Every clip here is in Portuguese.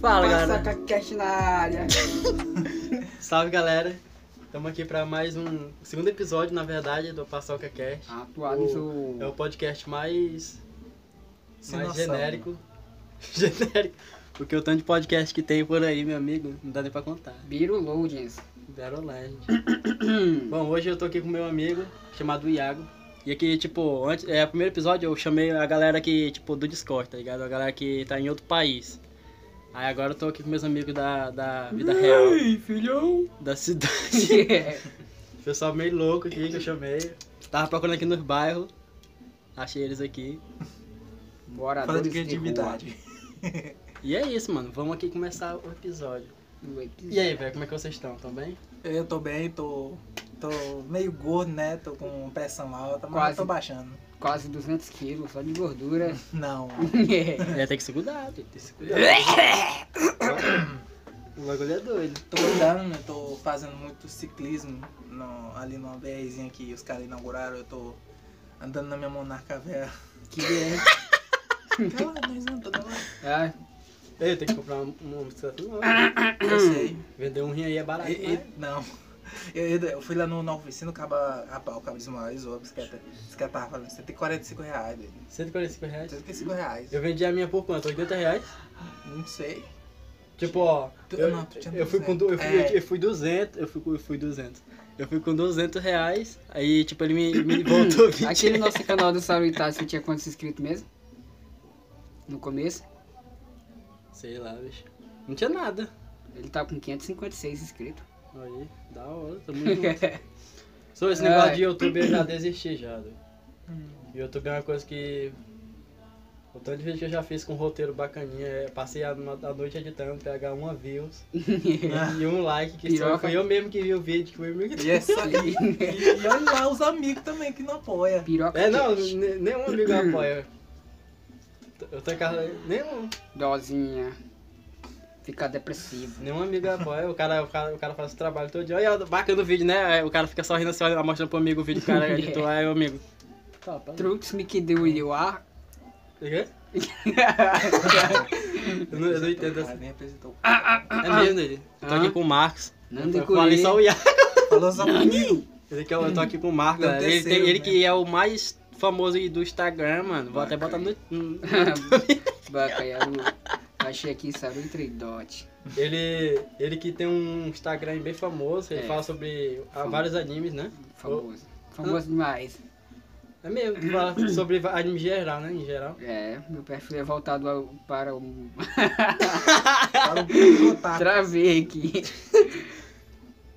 Fala, galera. Massaca Cast na área. Salve, galera. Estamos aqui para mais um segundo episódio, na verdade, do Paçoca Cast. Ah, Atualizou. É o podcast mais Sem mais noção, genérico. genérico. Porque o tanto de podcast que tem por aí, meu amigo, não dá nem pra contar. Biro Loadings. Verolégio. Bom, hoje eu tô aqui com meu amigo, chamado Iago. E aqui, tipo, antes, é, o primeiro episódio eu chamei a galera que, tipo, do Discord, tá ligado? A galera que tá em outro país. Aí agora eu tô aqui com meus amigos da, da vida real, Ei, filhão! da cidade. Yeah. Pessoal meio louco aqui que eu chamei. Tava procurando aqui nos bairros. Achei eles aqui. Bora Fala de dois criatividade. E é isso, mano. Vamos aqui começar o episódio. rua. Do episódio. E aí, velho, como é que vocês estão? Tão bem? Eu tô bem, tô. tô meio gordo, né? Tô com pressão alta, mas Quase. eu tô baixando. Quase 200 quilos só de gordura. Não. Yeah. É, tem que se cuidar, tem que se cuidar. o bagulho é doido. Tô andando, eu tô fazendo muito ciclismo no- ali numa BRzinha que os caras inauguraram, eu tô andando na minha monarca velha. Que é. Aquela nós andamos toda hora. Ah, Ei, tem que comprar uma, uma bicicleta nova. Eu sei. Vender um rim aí é barato. E- e- né? não. Eu, eu- eu fui lá no Nova Oficina, o cabo, rapaz, o cabo desmoralizou a bicicleta. A bicicleta tava falando 145 reais, doido. 145 reais. 145 reais. Eu vendi a minha por quanto? 80 reais? Não sei. Tipo, ó. Tu- Eu, não, tu tinha eu fui com du- eu fui, 200. eu fui 200. Eu fui, com- eu fui 200. Eu fui com 200 reais. Aí, tipo, ele me, me voltou 20 aqui no nosso canal do Salutar, você tinha quantos inscritos mesmo? No começo, Sei lá, bicho. Não tinha nada. ele tá com 556 inscritos. Aí, da hora, tamo junto. Só esse negócio Ai. de YouTube eu já desisti já. doido. YouTube é uma coisa que. O tanto de vídeo que eu já fiz com um roteiro bacaninha, é, passei a, no- a noite editando, pegar uma views Ah, e um like, que só Piroca. foi eu mesmo que vi o vídeo, que foi o meu que E é isso aí. E, e olha lá os amigos também que não apoia. Piroca É, não, Cast. ne- nenhum amigo apoia. Eu tô em casa, nenhum, Dozinha. Fica depressivo. nenhum amigo apoia. O cara, o cara, o cara faz o trabalho todo dia. Olha, bacana o vídeo, né? Aí O cara fica só rindo assim, olha, mostrando pro amigo o vídeo que o cara editou. Aí o amigo. Tá, pá. Truques me que deu o ar. O quê? Eu não, eu não entendo essa. Ah, nem apresentou. É mesmo, ele. Eu tô Ah. aqui com o Marcos. Nando Eu falei só o Iago. Falou só comigo. Ele que é o- Eu tô aqui com o Marcos, Não, galera. Ele, tem- terceiro, ele né? que é o mais famoso aí do Instagram, mano. Vou até botar no. no- Bacaiaru. Achei aqui Saru e Tridote. Ele, ele que tem um Instagram bem famoso. Ele É. fala sobre ah, vários animes, né? Famoso. Famoso demais. É mesmo, Uhum. que fala sobre va- anime geral, né? Em geral. É, meu perfil é voltado ao- para o. Falou comigo, Ah. tá. Travei aqui.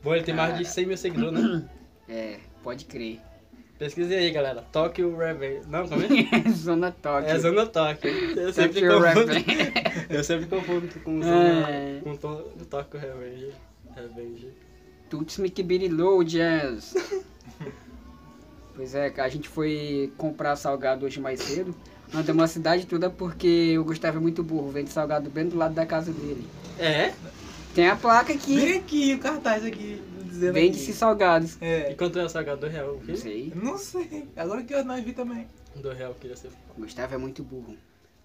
Bom, ele tem mais de 100 mil seguidores, né? É, pode crer. Pesquisem aí, galera. Tokyo Revenge. Não, como é? Zona Tóquio. É Zona Tóquio. Eu sempre Tokyo confundo. Revenge. Eu sempre confundo com Zona... É. Com to... Tokyo Revenge. Revenge. Tuts Mikibiri Loadians. Pois é, a gente foi comprar salgado hoje mais cedo. Andamos a cidade toda porque o Gustavo é muito burro. Vende salgado bem do lado da casa dele. É? Tem a placa aqui. Vem aqui, o cartaz aqui. Dizendo aqui. Vende-se salgados. É. E quanto é o salgado? Dois real, o quê? Não sei. Não sei. Agora que eu não vi também. Dois real, eu queria ser... O Gustavo é muito burro.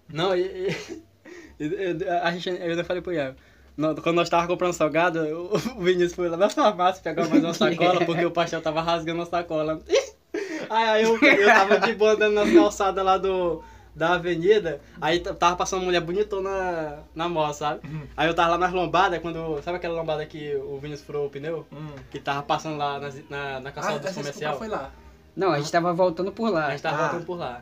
Não, e... e- e- a gente, eu ainda falei pro Iago. Nó- Quando nós tava comprando salgado, o o Vinícius foi lá na farmácia pegar mais uma sacola, porque o pastel tava rasgando a sacola. Aí, aí eu, eu tava de boa andando nas calçadas lá do, da avenida, aí t- tava passando uma mulher bonitona na moto, sabe? Aí eu tava lá nas lombadas, quando. Sabe aquela lombada que o Vinícius furou o pneu? Hum. Que tava passando lá nas- na, na calçada Ah, essa do comercial. desculpa foi lá. Não, a gente tava voltando por A lá. gente tava Ah. voltando por lá.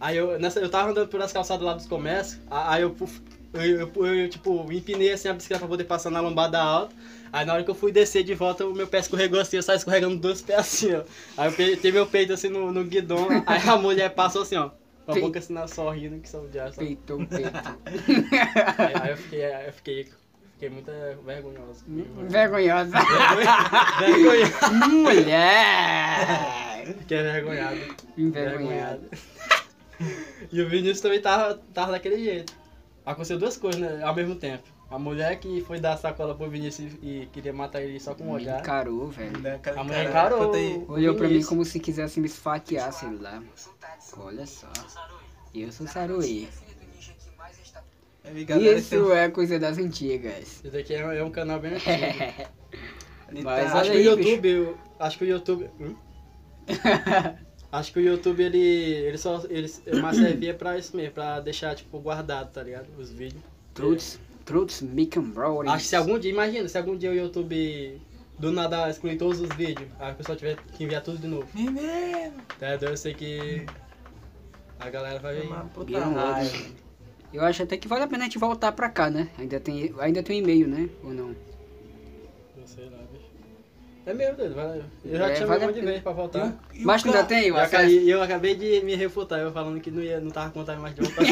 Aí eu, nessa, eu tava andando pelas calçadas lá dos comércios, a- aí eu, puf, eu, eu- eu- eu, tipo, empinei assim a bicicleta pra poder passar na lombada alta. Aí na hora que eu fui descer de volta, o meu pé escorregou assim, eu saí escorregando dois pés assim, ó. Aí eu peitei meu peito assim no, no guidão, aí a mulher passou assim, ó. Com a Pei- boca assim, na- sorrindo, que são de ar, sabe? Peitou, peito. Aí, aí eu fiquei, aí eu fiquei, fiquei muito eh, vergonhoso. Hum. Vergonhosa. Vergonhado. Mulher! Fiquei vergonhado. Envergonhado. e o Vinícius também tava, tava daquele jeito. Aconteceu duas coisas né, ao mesmo tempo. A mulher que foi dar a sacola pro Vinícius e queria matar ele só com um Me olhar. encarou, velho. Né, cara, A mulher cara, encarou. conta aí. Olhou pra mim Vinícius. como se quisesse me esfaquear, sei lá. Olha só. Eu sou Saruí. Me então- Isso é coisa das antigas. Isso daqui é, um- é um canal bem antigo. Mas Acho olha que o aí, bicho. YouTube. o- Acho que o YouTube. hum? Acho que o YouTube ele, ele só ele mais servia pra isso mesmo, pra deixar tipo guardado, tá ligado? Os vídeos. Truths, Truths, Mick and Brody. Acho que se algum dia, imagina, se algum dia o YouTube do nada excluir todos os vídeos, aí o pessoal tiver que enviar tudo de novo. Menino! Tá? Então eu sei que a galera vai É ver. uma puta Viram logo. raiva. Eu acho até que vale a pena a gente voltar pra cá, né? Ainda tem, ainda tem um e-mail, né? Ou não? Não sei lá, bicho. É meu, doido, vai. Eu já É, te chamei vale um a monte de pena. vez pra voltar. E o Mas tu ainda cara- tem Eu, o acabei- acesso? eu acabei de me refutar, eu falando que não, ia, não tava com vontade mais de voltar.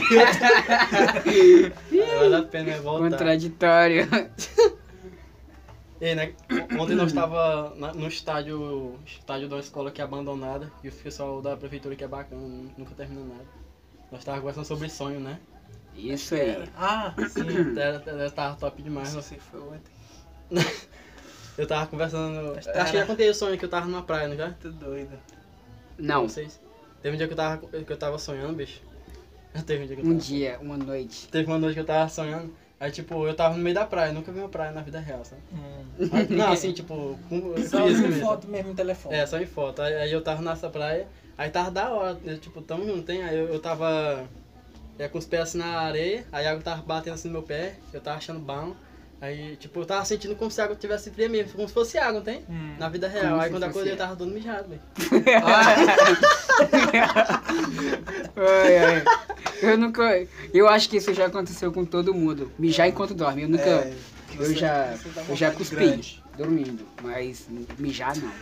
Aí vale a pena é voltar. Contraditório. Ei, né? Ontem nós estava no estádio, estádio de uma escola que é abandonada e o pessoal da prefeitura que é bacana, nu- nunca termina nada. Nós estávamos conversando sobre sonho, né? Isso aí. Ah, sim. Era- era- Tava top demais. Não nós- sei, foi ontem. Eu tava conversando. Mas Acho tá- que já contei o sonho que eu tava numa praia, não já? Muito doido. Não, Não sei. se- Teve um dia que eu tava, que eu tava sonhando, bicho. Teve um dia que eu tava. um dia, uma noite. Teve uma noite que eu tava sonhando. Aí, tipo, eu tava no meio da praia, nunca vi uma praia na vida real, sabe? Mas, Não, assim, tipo, com Só isso uma mesmo. foto Hum. mesmo no telefone. É, só em foto. Aí, aí eu tava nessa praia, aí tava da hora, eu, tipo, tamo junto, hein? Aí eu, eu tava é, com os pés assim na areia, aí a água tava batendo assim no meu pé, eu tava achando bom. Aí, tipo, eu tava sentindo como se a água tivesse fria mesmo, como se fosse água, não tem? Hum. Na vida real. Como aí se quando eu fosse acordei eu água. tava todo mijado, velho. Ah, É. Ai, ai. Eu nunca. Eu acho que isso já aconteceu com todo mundo. Mijar enquanto dorme. Eu nunca. É, eu você- já. você dá Eu já vontade cuspi grande. dormindo. Mas mijar não.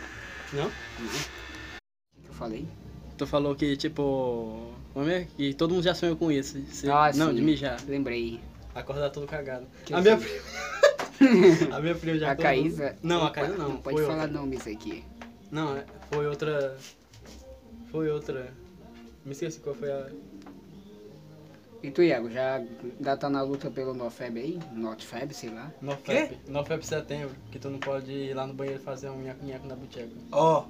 Não? O que eu falei? Tu falou que, tipo, como é que todo mundo já sonhou com isso. se- Ah, não, sim. de mijar. Lembrei. Acordar todo cagado. Que a, minha sim. prima- a minha prima já A acordou- Caísa. Não, a Caísa não. Não pode foi falar outra. nomes aqui. Não, é- foi outra. Foi outra. Me esqueci qual foi a. E tu, Iago, já ainda tá na luta pelo NoFeb aí? NotFeb, sei lá. NoFap. NoFap setembro, que tu não pode ir lá no banheiro fazer um nhaco-nhaco na boteca. Ó,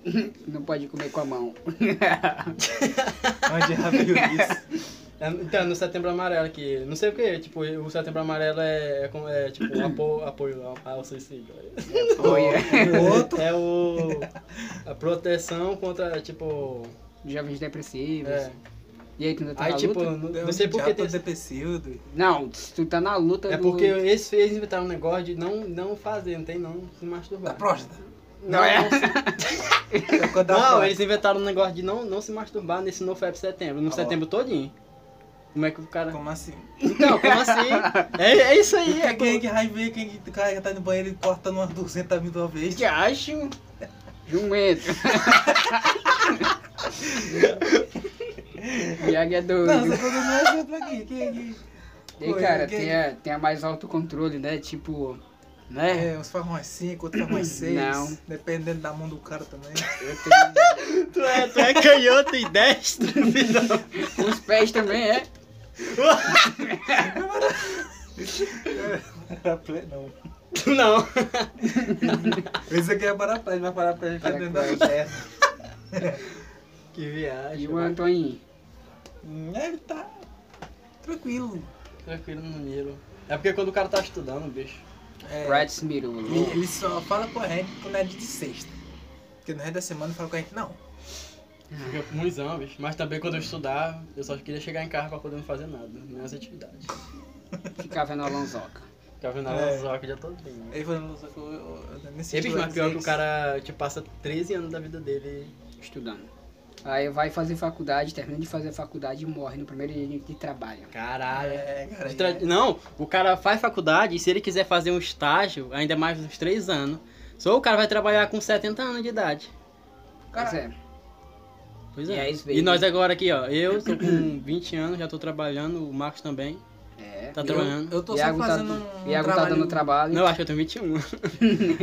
Não pode comer com a mão. onde já viu isso? É, então, no setembro amarelo que. Não sei o que, tipo, o setembro amarelo é, é, como- é, tipo apo, apoio ao, ao suicídio. Oi, Outro. É o. A proteção contra, tipo. jovens depressivos. É. E aí, tu ainda tá Aí na tipo, luta? não, não sei por que Já tô tem. essa- depressivo, doido. Não, se tu tá na luta É do- porque eles, eles inventaram um negócio de não, não fazer, não tem não se masturbar. Da próstata. Não é? Eu quando da Não, próstata. eles inventaram um negócio de não, não se masturbar nesse NoFap setembro, no Ó. setembro todinho. Como é que o cara. Como assim? Então, como assim? É, é isso aí, é É quem que. que vai ver quem que o cara que tá no banheiro e cortando umas 200 mil de uma vez? Que acho. Jumento. Iago é Não, doido. você tá dando um exemplo aqui. Quem que... E Pô, cara, quem- é tem a, tem a mais autocontrole, né? Tipo, né? É, uns faz umas 5, outros faz umas 6. Não. é Dependendo da mão do cara também. Eu tenho... Tu é, tu é canhoto e destro, Os pés também, é. Paraplé, não. Não. Esse aqui é paraplé, mas paraplé fica dentro da Paraplé. perna. Que viagem. E o Antoninho. Hum, É, ele tá tranquilo. Tranquilo no Nilo. É porque quando o cara tá estudando, bicho. É, Brad Smirolo. ele, ele só fala com a gente quando é de sexta. Porque no resto da semana fala com a gente, não. Fica muizão, bicho. Mas também quando eu estudar, eu só queria chegar em casa pra poder não fazer nada. Minhas atividades. Ficar vendo a Lonzoca. Ficava Tá vendo a É. Lanzoca o dia todinho. Ele falou, nossa, eu, eu, eu, nesse E bicho, estilo mas pior que o vocês- cara te passa 13 anos da vida dele. estudando. Aí vai fazer faculdade, termina de fazer faculdade e morre no primeiro dia de trabalho. Caralho. É, cara. De tra- Não, o cara faz faculdade e se ele quiser fazer um estágio, ainda mais uns 3 anos, só o cara vai trabalhar com 70 anos de idade. Pois Cara, é. Pois E é. é isso aí. e nós agora aqui, ó, eu tô com 20 anos, já tô trabalhando, o Marcos também É. tá eu- trabalhando. Eu tô Iago só tá, fazendo um Iago tá trabalho... dando trabalho. Não, eu acho que eu tenho 21.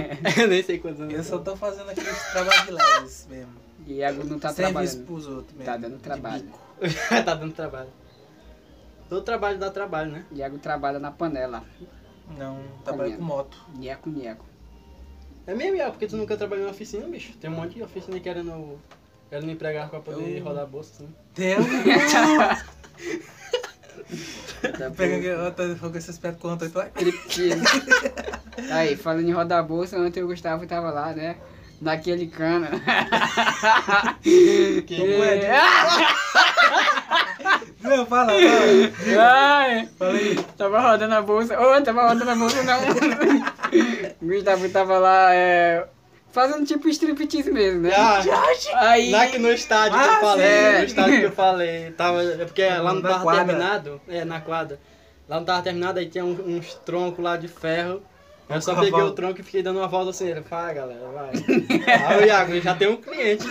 eu nem sei quantos anos. Eu só tô fazendo aqueles trabalhos de leves mesmo. Iago não tá Serviço trabalhando. pros outros mesmo. Tá dando de trabalho. bico. tá dando trabalho. Todo trabalho dá trabalho, né? Iago trabalha na panela. Não, trabalho Comendo. com moto. Nheco, nheco. É meio melhor, porque tu nunca trabalhou em oficina, bicho. Tem um monte de oficina querendo, querendo empregar pra poder Eu- rodar a bolsa, assim. Deus! Daqui a Pega pouco. aqui, ó, tá fogo esses pés com oito, vai. Striptease. Aí, falando em roda bolsa, ontem o Gustavo tava lá, né? Naquele cana. Como é, É. Não, fala, fala. Ai, Fala aí. tava rodando a bolsa. Ô, tava rodando a bolsa, não. o Gustavo tava lá, é, Fazendo tipo striptease mesmo, né? Aí. Ah, Lá que no estádio que Ah, eu falei, sim. no estádio que eu falei, tava, é porque lá não Na tava quadra. terminado, é, na quadra, lá não tava terminado, aí tinha um- uns troncos lá de ferro, eu só Uma peguei o volta. tronco e fiquei dando uma volta assim, ele, fala galera, vai. aí o Iago, ele já tem um cliente.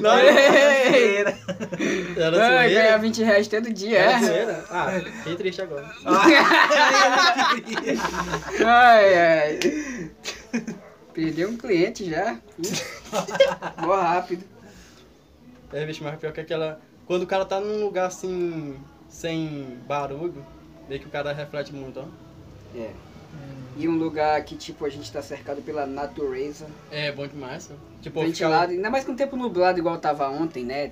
não, era Ei, Ai, ganhar é zoeira, 20 reais todo dia, é? assim era assim. zoeira. Ah, fiquei triste agora. Ai, ai. Perdeu um cliente já. Mó rápido. É, bicho, mas pior que aquela... Quando o cara tá num lugar assim, sem barulho, meio que o cara reflete muito, ó. É. E um lugar que, tipo, a gente tá cercado pela natureza, É bom demais. ó. Tipo, ventilado, ainda mais com o tempo nublado igual tava ontem, né?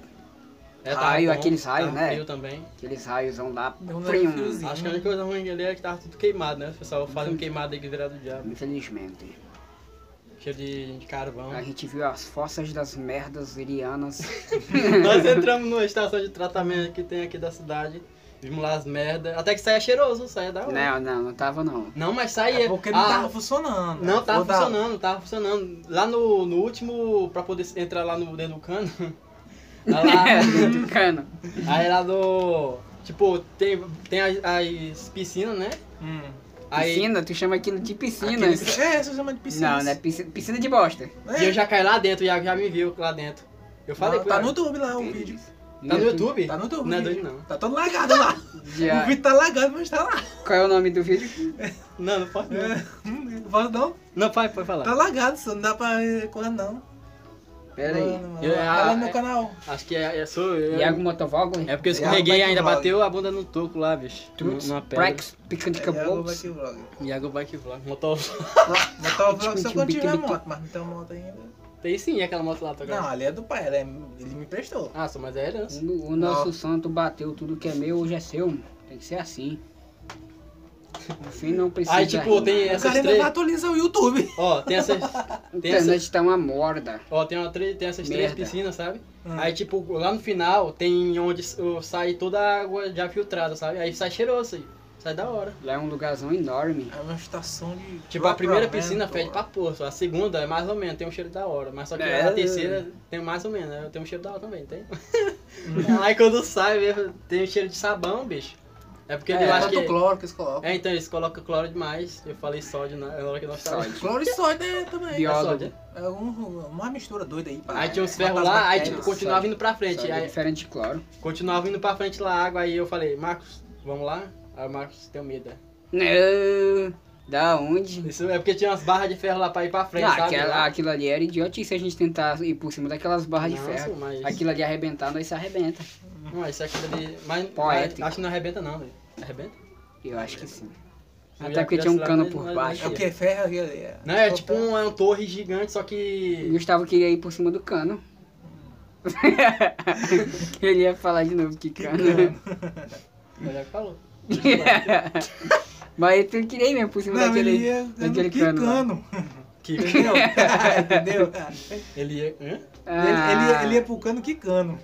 É, Raio, bom, aqueles raios, tava né? frio também. Aqueles raiosão lá, Deu um frio, friozinho. Acho que a única coisa ruim ali é que tava tudo queimado, né? O pessoal fazendo queimada aí que virado do diabo. infelizmente. Cheio de, de carvão. A gente viu as forças das merdas irianas. Nós entramos numa estação de tratamento que tem aqui da cidade. Vimos lá as merdas. Até que saia cheiroso, saia da hora. Não, não, não, não tava Né? não. mas É saía. porque não Ah, tava funcionando. Não, tava Ou tava? funcionando, tava funcionando. Lá no, no último, pra poder entrar lá no dentro do cano. Tá lá, É. Dentro do cano. aí lá do. Tipo, tem, tem as, as piscinas, né? Hum. Aí, Piscina, tu chama aquilo de piscina. Aquele- É, isso chama de piscina. Não, né? Piscina, piscina de bosta. E eu já caí lá dentro, o Iago já me viu lá dentro. Eu falei com É. Tá ele. no YouTube lá o vídeo. Tá no YouTube? Tá no YouTube. Não é o doido, vídeo. não. Tá todo lagado lá. Já- O vídeo tá lagado, mas tá lá. Qual é o nome do vídeo? Não, não pode não. Hum, Posso não? Não, pai, pode falar. Tá lagado, só não dá pra recuar não. Pera aí. Eu- Tá lá no é- meu canal. Acho que é, é sou eu. Iago Motovlog? É porque eu escorreguei e Iago ainda Bike Vlog. bateu a bunda no toco lá, bicho. Truts, Numa pedra. Prax, Picante É, eu vou Caboclos. aqui o vlog. Iago Bike Vlog. Tipo, Motor... Botar o vlog só quando Bique, tiver bique, moto, mas não tem moto ainda. Tem sim aquela moto lá, tocando. Não, ali é do pai, ela é- ele me prestou. Ah, só mas é herança. O, o nosso santo bateu tudo que é meu, hoje é seu. Tem que ser assim. No fim não precisa. Aí, tipo, tem O essas cara ainda vai três... atualizar o YouTube. Ó, tem essas... A Tem essa- internet tá uma morda. Ó, tem, uma tre- tem essas três Merda. piscinas, sabe? Hum. Aí, tipo, lá no final tem onde s- ó, sai toda a água já filtrada, sabe? Aí sai cheiroso aí. Sai da hora. Lá é um lugarzão enorme. É uma estação de. Tipo, a primeira tratamento. piscina fede pra poço, a segunda é mais ou menos, tem um cheiro da hora, mas só que É. a terceira tem mais ou menos, né? tem um cheiro da hora também, tem? Hum. Aí quando sai mesmo, tem um cheiro de sabão, bicho. É porque É, eu acho Quanto que... cloro que eles colocam. É, então eles colocam cloro demais, eu falei sódio na na hora que nós tava. Sódio. Cloro e sódio é também. É Bio- sódio. É um- uma mistura doida aí. Pra Aí tinha uns matar ferros as lá, aí bactérias. tipo, continuava Sódio. indo pra frente, Só é aí diferente de cloro. continuava indo pra frente lá a água, aí eu falei, Marcos, vamos lá? Aí o Marcos tem medo. Não, da onde? Isso é porque tinha umas barras de ferro lá pra ir pra frente, Ah, sabe? aquela, Lá. aquilo ali era idiotice se a gente tentar ir por cima daquelas barras de Nossa, ferro. mas- Aquilo ali arrebentar, nós se arrebenta. Não, isso é aquilo ali... Mas, Poético. acho que não arrebenta não, velho. Arrebenta? Eu acho que sim. Eu Até já- porque já tinha um sei lá, cano mas- por mas- baixo. É o que? Ferro aqui ali. Não, é tipo um, é um torre gigante, só que. Gustavo queria ir por cima do cano. Ele ia falar de novo que cano. Eu já falou. Mas tu queria ir mesmo por cima Não, daquele, ele ia daquele cano. lá. cano. Que. Entendeu? Entendeu? Ele ia. Hã? Ele, ele, ia- Ah, ele ia pro cano quicando.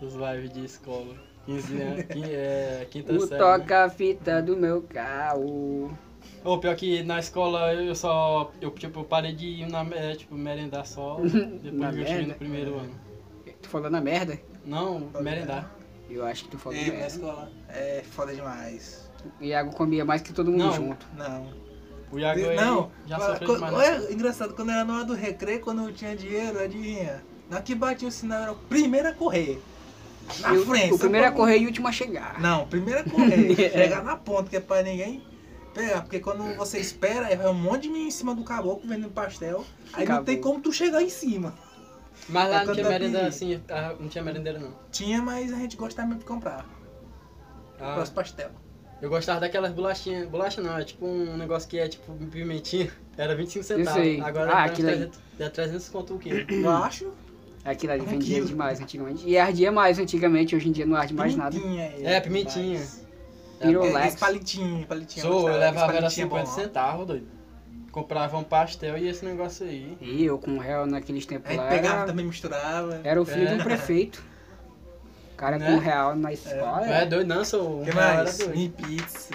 Os lives de escola. 15 anos. Quin, é, quinta O série. toca-fita do meu carro. Ou pior que na escola eu só. Eu tipo, eu parei de ir na é, tipo, merendar só Na depois que eu cheguei merda? no primeiro ano. Tu falou na merda? Não, merendar. Eu acho que tu falou É, na merda. escola. É foda demais. O Iago comia mais que todo mundo Não. junto. Não. O Iago ele não. já Fala, sofreu quando- demais. né? olha, engraçado, quando era na hora do recreio, quando eu tinha dinheiro, adivinha? Na que batia o sinal era o primeiro a correr. Na E o- frente. o primeiro é sabe como- correr e o último a chegar. Não, primeiro é correr. É. Chegar na ponta, que é pra ninguém pegar. Porque quando você espera, aí vai um monte de mim em cima do caboclo vendendo pastel. Aí não Caboclo. tem como tu chegar em cima. Mas lá não é quando tinha eu merenda vi. assim, ah, não tinha merendeiro não. Tinha, mas a gente gostava mesmo de comprar. Ah, Pros pastel. eu gostava daquelas bolachinhas. Bolacha não, é tipo um negócio que é tipo pimentinha. Era 25 Eu centavos. sei. Agora Ah, é aquilo aí. Hum. 300, é 300 conto o quilo. Eu acho. Aquilo ali Um vendia quilo. demais antigamente. E ardia mais antigamente, hoje em dia não arde mais nada. Pimentinha aí, É, pimentinha. mas- É, Pirolex. esse palitinho, palitinho. Sou, eu gostava, levava era esse palitinho é bom, 50 centavos, doido. Comprava um pastel e esse negócio aí. E eu com o réu naqueles ó. A tempos gente lá. pegava, Era, também misturava. era o filho de É. um prefeito. O cara Né? com real na escola. É, doido, não, sou. um que real era mais? doido. Mini pizza.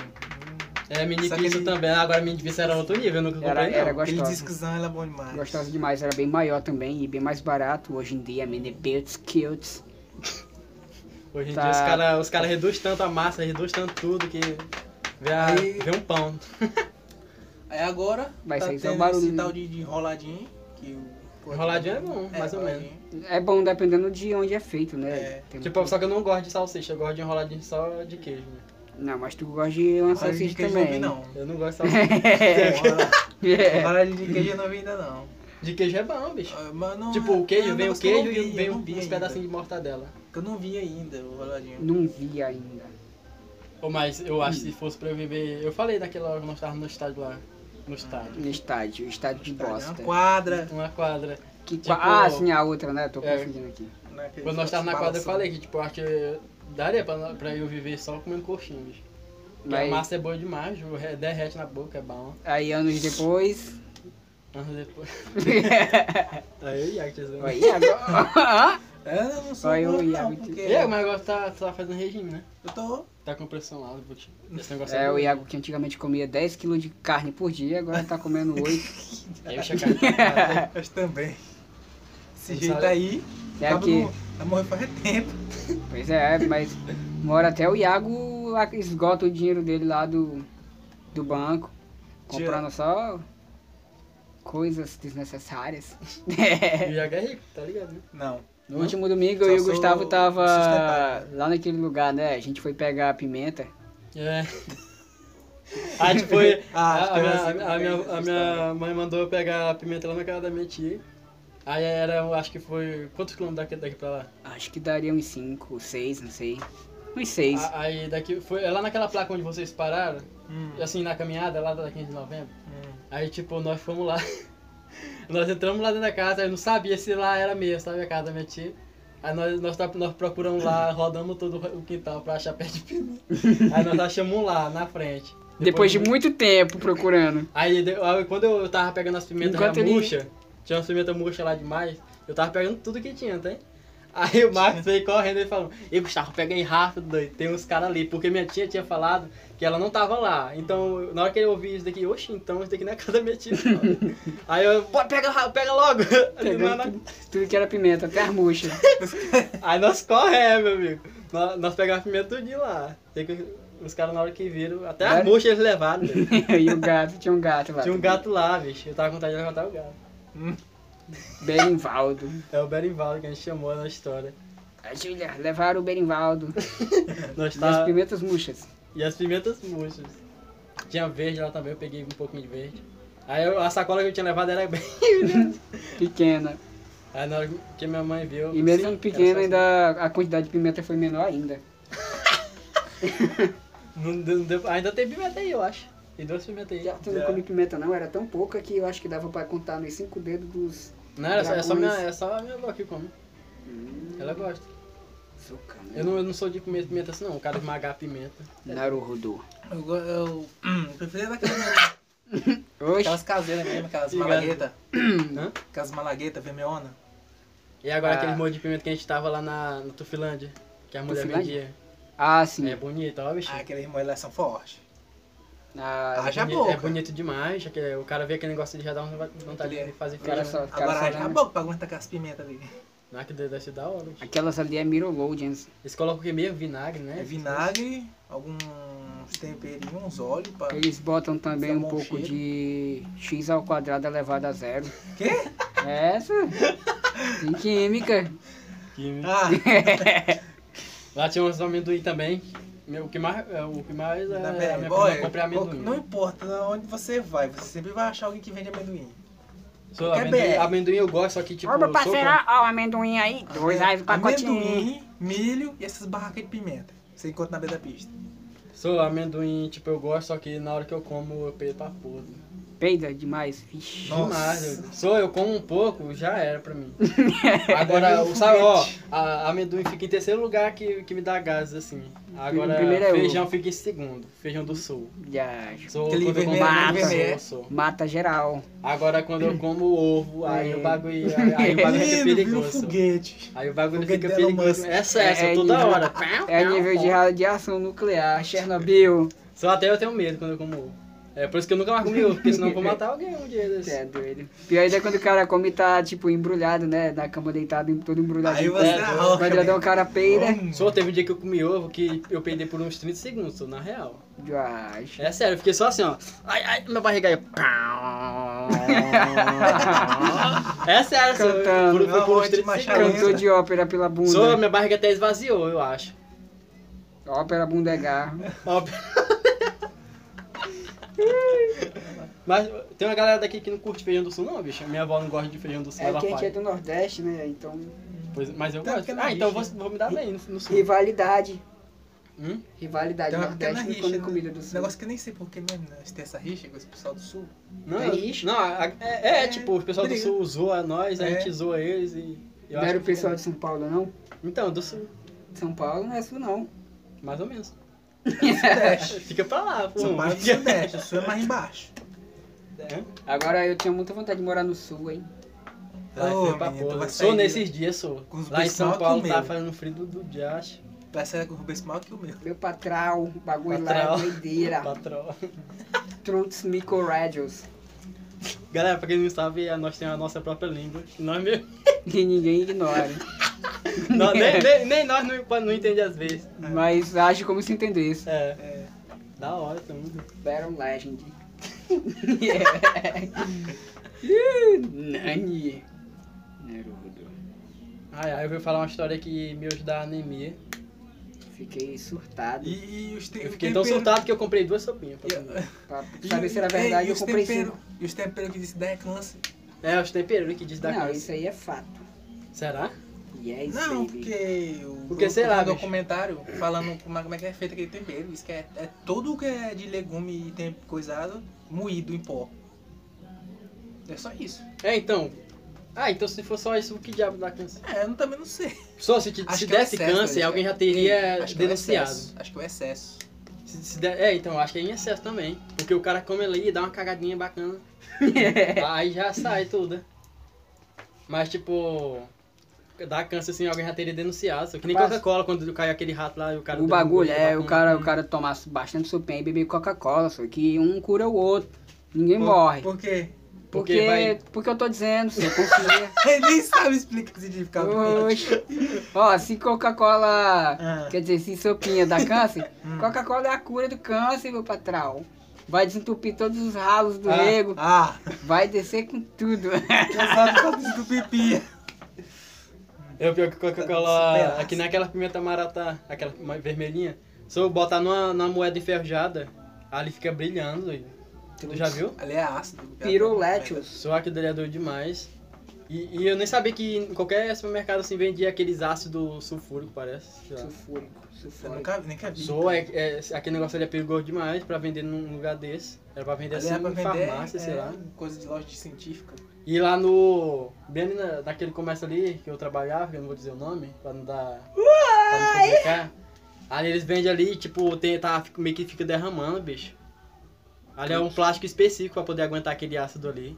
É, mini Só que pizza ele- também. Agora mini pizza era outro nível, eu nunca comprei Era- não. era Aquele Gostosa. discozão era bom É. demais. Gostosa demais, era bem maior também e bem mais barato. Hoje em dia, mini bits, cutes. Hoje em Tá. dia os caras os cara reduz tanto a massa, reduz tanto tudo que vê, a- Aí- vê um pão. Aí agora, Vai tá sair só tendo barulho, esse né? tal de, de enroladinho. Que o... Enroladinho é bom, mais ou menos. enroladinho. É bom dependendo de onde é feito, né? É. Tem Tipo, muito- só que eu não gosto de salsicha, eu gosto de enroladinho só de queijo. Né? Não, mas tu gosta de uma Enroladinho de salsicha queijo eu não também. vi, não. Eu não gosto de salsicha. É. Enroladinho de queijo eu não vi ainda, não. De queijo é bom, bicho. Ah, mas não Tipo, é- o queijo, é um vem o negócio que eu não queijo vi, e eu vem não um- vi uns ainda. pedacinhos de mortadela. Que eu não vi ainda o enroladinho. Não vi ainda. Ô, mas eu acho que se fosse pra eu viver. Eu falei daquela hora que nós távamos no estádio lá. No estádio. No estádio, estádio de Tá, né? bosta. Uma quadra. Uma quadra. Que Tipo- qua- Ah, sim, a outra, né? Tô É. confundindo aqui. né, que Quando nós távamos na balançando. quadra, eu falei que, tipo, eu acho que daria pra, pra eu viver só comendo coxinha, bicho. Porque a Mas massa é boa demais, o re- derrete na boca, é bom. aí anos depois. Anos depois. Aí eu ia te dizer. Aí agora. É, eu não sou Só eu gordo, e a não, Vicky. porque E aí, mas agora tá, tá fazendo regime, né? eu tô... Tá com pressão lá, Buti. Esse negócio é, o bom. Iago que antigamente comia 10kg de carne por dia, agora tá comendo 8. Aí eu checar aqui. Mas também. Esse Não jeito sabe. aí, É tava que- no- tá morrendo faz tempo. Pois é, mas mora até o Iago lá que esgota o dinheiro dele lá do, do banco, comprando só coisas desnecessárias. O Iago é rico, tá ligado? né? Não. No último domingo eu Só e o sou Gustavo tava sustentável. lá naquele lugar, né? A gente foi pegar a pimenta. É. A gente foi. Ah, a, a minha, a acho que minha- a eu minha- a minha mãe mandou eu pegar a pimenta lá na casa da minha tia. Aí era, eu acho que foi. Quantos quilômetros daqui, daqui pra lá? Acho que daria uns 5, 6, não sei. Uns 6. A- aí daqui. Foi é lá naquela placa onde vocês pararam, Hum, assim, na caminhada lá da 15 de novembro. hum. Aí, tipo, nós fomos lá. nós entramos lá dentro da casa, eu não sabia se lá era mesmo, sabe? A casa da minha tia. Aí nós, nós, tá- nós procuramos lá, rodamos todo o quintal pra achar pé de pimenta. Aí nós achamos um lá, na frente. Depois de muito muito tempo procurando. Aí, de- aí quando eu tava pegando as pimentas Enquanto já ele- murcha, tinha umas pimentas murcha lá demais, eu tava pegando tudo que tinha, tá? Aí o Marcos veio correndo e falou, e Gustavo, pega aí rápido, doido, tem uns caras ali, porque minha tia tinha falado que ela não tava lá. Então, na hora que eu ouvi isso daqui, oxe, então isso daqui não é casa da minha tia. não." aí eu, "Pô, pega, ra- pega logo! Aí, Pegando mano, tudo, tudo que era pimenta, até as murchas. aí nós corremos, meu amigo. Nós, nós pegamos a pimenta tudinho lá. Tem que- Os caras na hora que viram, até as Era- murchas eles levaram, doido. e o gato, tinha um gato lá. Tinha um gato lá, bicho, eu tava com vontade de levantar o gato. Berimvaldo. É o Berimvaldo que a gente chamou na história. A Júlia, levaram o Berimvaldo. Nós E as tá... pimentas murchas. E as pimentas murchas. Tinha verde lá também, eu peguei um pouquinho de verde. Aí eu- a sacola que eu tinha levado era bem. Pequena. Aí na hora que minha mãe viu. E mesmo sim, pequena, era assim só ainda a quantidade de pimenta foi menor ainda. assim. Não deu- não deu- ainda tem pimenta aí, eu acho. Tem duas pimentas aí. Eu não É. comi pimenta não, era tão pouca que eu acho que dava pra contar nos cinco dedos dos... Não, era só, é só minha, Dragões. Hum. é só a minha avó que come. Ela gosta. Soca, Eu não, eu não sou de comer pimenta assim, não. Eu quero esmagar a pimenta. Naruhodô. Eu, go- eu hum, preferia daquelas, Oxe. aquelas caseiras mesmo, aquelas Diga. malaguetas. Hã? Aquelas malaguetas vermelhona. E agora Hum. Ah. aquele molho de pimenta que a gente tava lá na, no Tufilândia. Que a mulher Tufilândia? vendia. Ah, sim. É bonita, ó, bicho. Ah, aqueles irmãos lá são fortes. Ah, Haja Boni- boca. É bonito demais, já que o cara vê aquele negócio ele já dá uma vontade é de fazer Cara, feijão. só, cara, Agora só haja a lembra- boca pra aguentar aquelas pimentas ali. Não, que deve ser da hora. bicho. Aquelas ali é Mirolodians. Eles colocam o que mesmo? Vinagre, né? É vinagre, alguns temperinhos, uns óleos pra... Eles botam também Isso é um bom pouco cheiro. de x ao quadrado elevado a zero. É Quê? Essa? Em química. Que- Ah, Lá tinha uns amendoim também. Meu, O que mais, é, o que mais é, tá a bem. minha Olha, prima compra é amendoim. não importa onde você vai, você sempre vai achar alguém que vende amendoim. Sou, qualquer amendoim, BR. amendoim eu gosto, só que tipo... Ó, meu sou parceiro, ó o amendoim aí. Ah, Dois reais o pacotinho. Amendoim, milho e essas barracas de pimenta. Você encontra na beira da pista. con- Sou amendoim, tipo, eu gosto, só que na hora que eu como eu peito pra podre. peida demais. Vixe. Nossa. Demais. Sou eu como um pouco, já era pra mim. Agora, É, o- sabe, ó, a a amendoim fica em terceiro lugar que, que me dá gases, assim. Agora, primeiro é o- feijão fica em segundo. Feijão do sul. Já. Sou Aquele quando eu como vermelho, mata, vermelho. sou, sou. Mata geral. Agora, quando eu como ovo, aí É. o bagulho, aí, aí o bagulho fica Menino, viu o é perigoso. foguete. Aí o bagulho Foguete fica de Elon perigoso. Musk. É excesso, É, é toda nível- hora. É nível de radiação nuclear. Chernobyl. Só até eu tenho medo quando eu como ovo. É por isso que eu nunca mais comi ovo, porque senão eu vou matar alguém um dia Você desse. é doido. Pior ainda é quando o cara come e tá, tipo, embrulhado, né? Na cama deitado, em- todo embrulhado. Aí você né? É, arroca. Quando eu dou o cara peida. Hum. Só teve um dia que eu comi ovo que eu peidei por uns 30 segundos, tô na real. Já. acho. É sério, eu fiquei só assim, ó. Ai, ai, meu barriga aí. É sério, só, Cantando. foi, foi por uns Ah. Não, é 30 Machado. segundos. Cantor de ópera pela bunda. Só minha barriga até esvaziou, eu acho. Ópera bunda é garro. Ó, Mas tem uma galera daqui que não curte feijão do sul, não, bicho. Minha avó não gosta de feijão do sul, É ela que a gente é faz. do Nordeste, né? Então, Pois- mas eu Tá, gosto. porque não É Ah, então eu vou, existe. vou me dar bem no, no sul. rivalidade. Hum? Rivalidade. Tem uma pequena Nordeste não rixa. come né? comida do Sul. Negócio que eu nem sei porque mesmo, né? Se tem essa rixa com esse pessoal do sul. Não, Tem isso? não a- a- é, é, É, tipo, o pessoal briga. do sul zoa nós, a É. gente zoa eles e. eu Não acho era o que- pessoal de São Paulo, não? Então, do sul, São Paulo não é Sul, não. mais ou menos. Sudeste. Fica pra lá, pô. São Paulo é do Hum. Sudeste, o sul é mais embaixo. É. Agora eu tinha muita vontade de morar no Sul, hein? Lá Ô, frio pra menino, tu porra. vai Sou sair nesses dias, sou. com os Lá em bichos São mal Paulo comendo. tá fazendo frio do, do diacho. Vai sair com o Rubens é maior que o meu. Meu patral, o bagulho lá Patral. é Ah. doideira. Patrão. Trunks Micoradios. Galera, pra quem não sabe, a- nós temos a nossa própria língua. Nós mesmo. Que ninguém ignora. É. nós- nem, nem- nem nós não, não entendemos às vezes. Mas age como se entendesse. É. É. Da hora, tamo. Battle Legend. Ih, Nani. Naruto. Ai, ai, eu vou falar uma história que me ajudar a anemia. Fiquei surtado. E, e os te... Eu fiquei tão surtado que eu comprei duas sopinhas. pra comer. Pra saber se era verdade, e eu os comprei tempero- cinco. E os temperos que disse Deck Lance. É, os temperos que diz da Não, coisa. isso aí é fato. é Será? Yes, Não, baby. porque o Porque, sei lá, o bicho. documentário falando como é- como é que é feito aquele tempero. Isso que é, é tudo que é de legume e tem coisado moído em pó. É só isso. É, então. Ah, então se for só isso, o que diabo dá câncer? É, eu não- também não sei. Só se, te- Acho se que é o desse excesso, câncer, né? alguém já teria Acho que é o denunciado. excesso. Acho que é o excesso. Se- se der- é, então, acho que é em excesso também. Porque o cara come ali e dá uma cagadinha bacana. aí já sai tudo. Mas, tipo, dá câncer assim, alguém já teria denunciado. Só que nem Rapaz. Coca-Cola, quando caiu aquele rato lá e o cara. O derrubou bagulho é bacana. o cara, o cara tomar bastante supinha e beber Coca-Cola, só que um cura o outro. Ninguém Por- morre. Por quê? porque Porque, vai- porque eu tô dizendo, você confia. Ele nem sabe explicar o significado. Oxe. Ó, se Coca-Cola. Ah. Quer dizer, se sopinha dá câncer, Hum. Coca-Cola é a cura do câncer, meu patrão. Vai desentupir todos os ralos do Ah. ego, Ah, vai descer com tudo. exato, tá dentro do pipi. É o pior que Coca-Cola. é. Superaço. Aqui naquela pimenta maratá, aquela mais vermelhinha. Se eu botar numa, numa moeda enferrujada, ali fica brilhando. doido. Tu já viu? Ali é ácido. Pirolétios. Sou aquele é doido demais. E, e eu nem sabia que em qualquer supermercado assim vendia aqueles ácidos sulfúrico, parece. sei lá. Sulfúrico, Eu sulfúrico. nunca, nunca vi. Sou, é, é- aquele negócio ali é perigoso demais pra vender num lugar desse. Era pra vender Ali assim é pra em vender farmácia, é, sei lá. coisa de loja de científica. E lá no. Bem ali na- naquele comércio ali que eu trabalhava, que eu não vou dizer o nome, pra não dar. pra não complicar. Ali eles vendem ali, tipo, tem, tá, fica- meio que fica derramando, bicho. Ali é um plástico específico pra poder aguentar aquele ácido ali.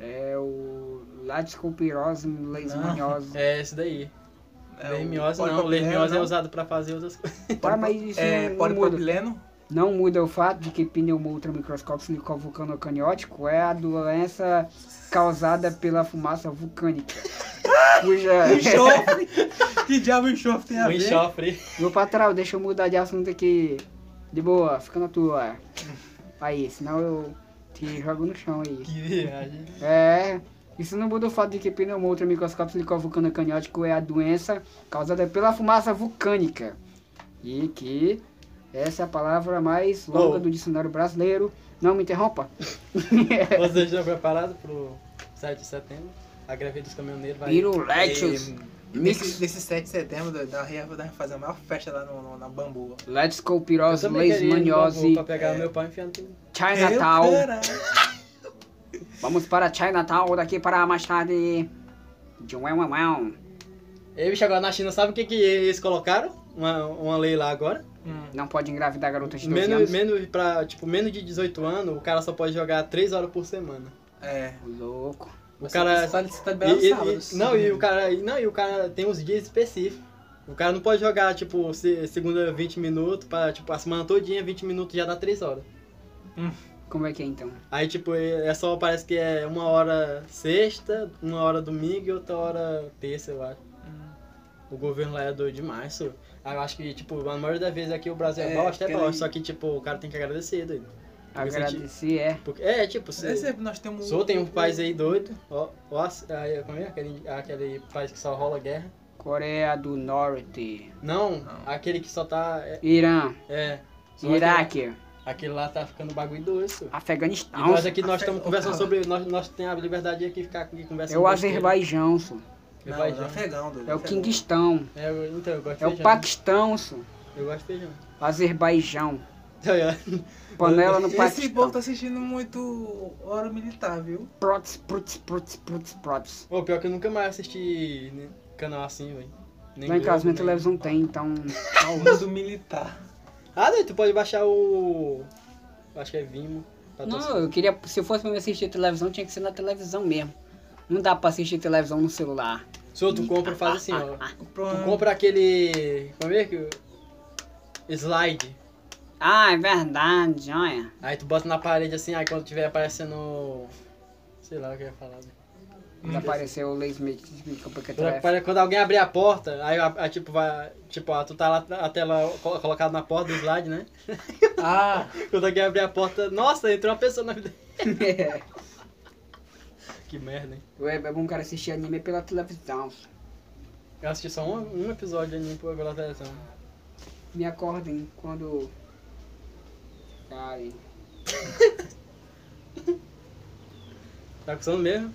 É o Latiscopirose leishmaniosa. É esse daí. É, Lermiose o não, lermiose é polipropileno, usado pra fazer outras coisas. Tá, mas isso não- É, não muda. polipropileno? Não muda o fato de que pneumo ultramicroscópico vulcanocaniótico é a doença causada pela fumaça vulcânica. Cuja. Enxofre! que diabo enxofre tem a O ver? enxofre. Meu patrão, deixa eu mudar de assunto aqui. De boa, fica na tua. Aí, senão eu te jogo no chão aí. Que viagem. É. Isso não muda o fato de que pneumo ultramicroscópico vulcanocaniótico é a doença causada pela fumaça vulcânica. E que essa é a palavra mais longa Oh. do dicionário brasileiro. Não me interrompa. Vocês estão preparados pro 7 de setembro? A greve dos caminhoneiros vai. Piruletos. E Mix. É, Nesse, nesse 7 de setembro, da- da Ria vai fazer a maior festa lá no, no- na Bambu. Let's Eu Leishmaniose, também queria ir no Bangu Pra pegar É. meu pai enfiando tudo. Chinatown, Eu, caralho. Vamos para Chinatown, daqui para mais tarde. De uau, uau, uau. E bicho, agora na China, sabe o que, que eles colocaram? Uma, uma lei lá agora. Hum. Não pode engravidar garotas de 12 Menos, anos. menos, pra, tipo, menos de 18 anos, o cara só pode jogar 3 horas por semana. É. Louco. O cara. Só, só tá E- liberado e- e- sábados. não, e o cara. e- Não, e o cara tem uns dias específicos. O cara não pode jogar, tipo, se- segunda 20 minutos, pra, tipo, a semana todinha 20 minutos já dá 3 horas. Como é que é então? Aí, tipo, é é só, parece que é uma hora sexta, uma hora domingo e outra hora terça, eu acho. Hum. O governo lá é doido demais, senhor. Aí eu acho que, tipo, a maioria das vezes aqui o Brasil é, É, bosta, é porque bosta. ele- Só que, tipo, o cara tem que agradecer, doido. Eu senti- Agradecer é. Porque, é, tipo, você... Esse é- nós temos. Sou, tem um país aí doido, ó, ó, as- aí, como é? Aquele, aquele país que só rola guerra. Coreia do Norte. Não, Não. aquele que só tá, é, Irã. é, só Iraque. Aquele, aquele lá tá ficando bagulho doido, senhor. E Afeganistão. nós aqui, nós estamos Afeganistão. conversando sobre, nós, nós temos a liberdade aqui, ficar aqui É conversando. o besteira. Azerbaijão, so. Não, Vai, não, já. afegão, doido. É o afegão. Quinguistão. É, eu- então, eu gosto de É o feijão. Paquistão, so. Eu gosto de feijão. Azerbaijão. Então, eu- Panela no Esse então. povo Paquistão. tá assistindo muito Hora Militar, viu? Prots, prots, prots, prots, prots. Ô, pior que eu nunca mais assisti né, canal assim, velho. Nem né? Lá em Globo, casa minha nem- televisão tem, então... Hora do Militar. Ah, doido, tu pode baixar o... Acho que é Vimo. pra tu Não, assistir. eu queria... Se eu fosse pra me assistir televisão, tinha que ser na televisão mesmo. Não dá pra assistir televisão no celular. Senhor, tu compra, faz assim, ó. Pro- Tu compra aquele. Como é que. Slide. Ah, é verdade, olha. Aí tu bota na parede assim, aí quando tiver aparecendo. Sei lá o que eu ia falar. né? Quando apareceu o Lei Smith, desculpa que eu Quando, atrás. apare- quando alguém abrir a porta, aí, a- a- tipo, vai, tipo, ó, tu tá lá a tela col- colocada na porta do slide, né? Ah, Quando alguém abrir a porta, nossa, entrou uma pessoa na vida. Que merda, hein? Ué, é bom o cara assistir anime pela televisão. Eu assisti só um, um episódio de anime pela televisão. Me acordem quando. Ai. Tá com sono mesmo?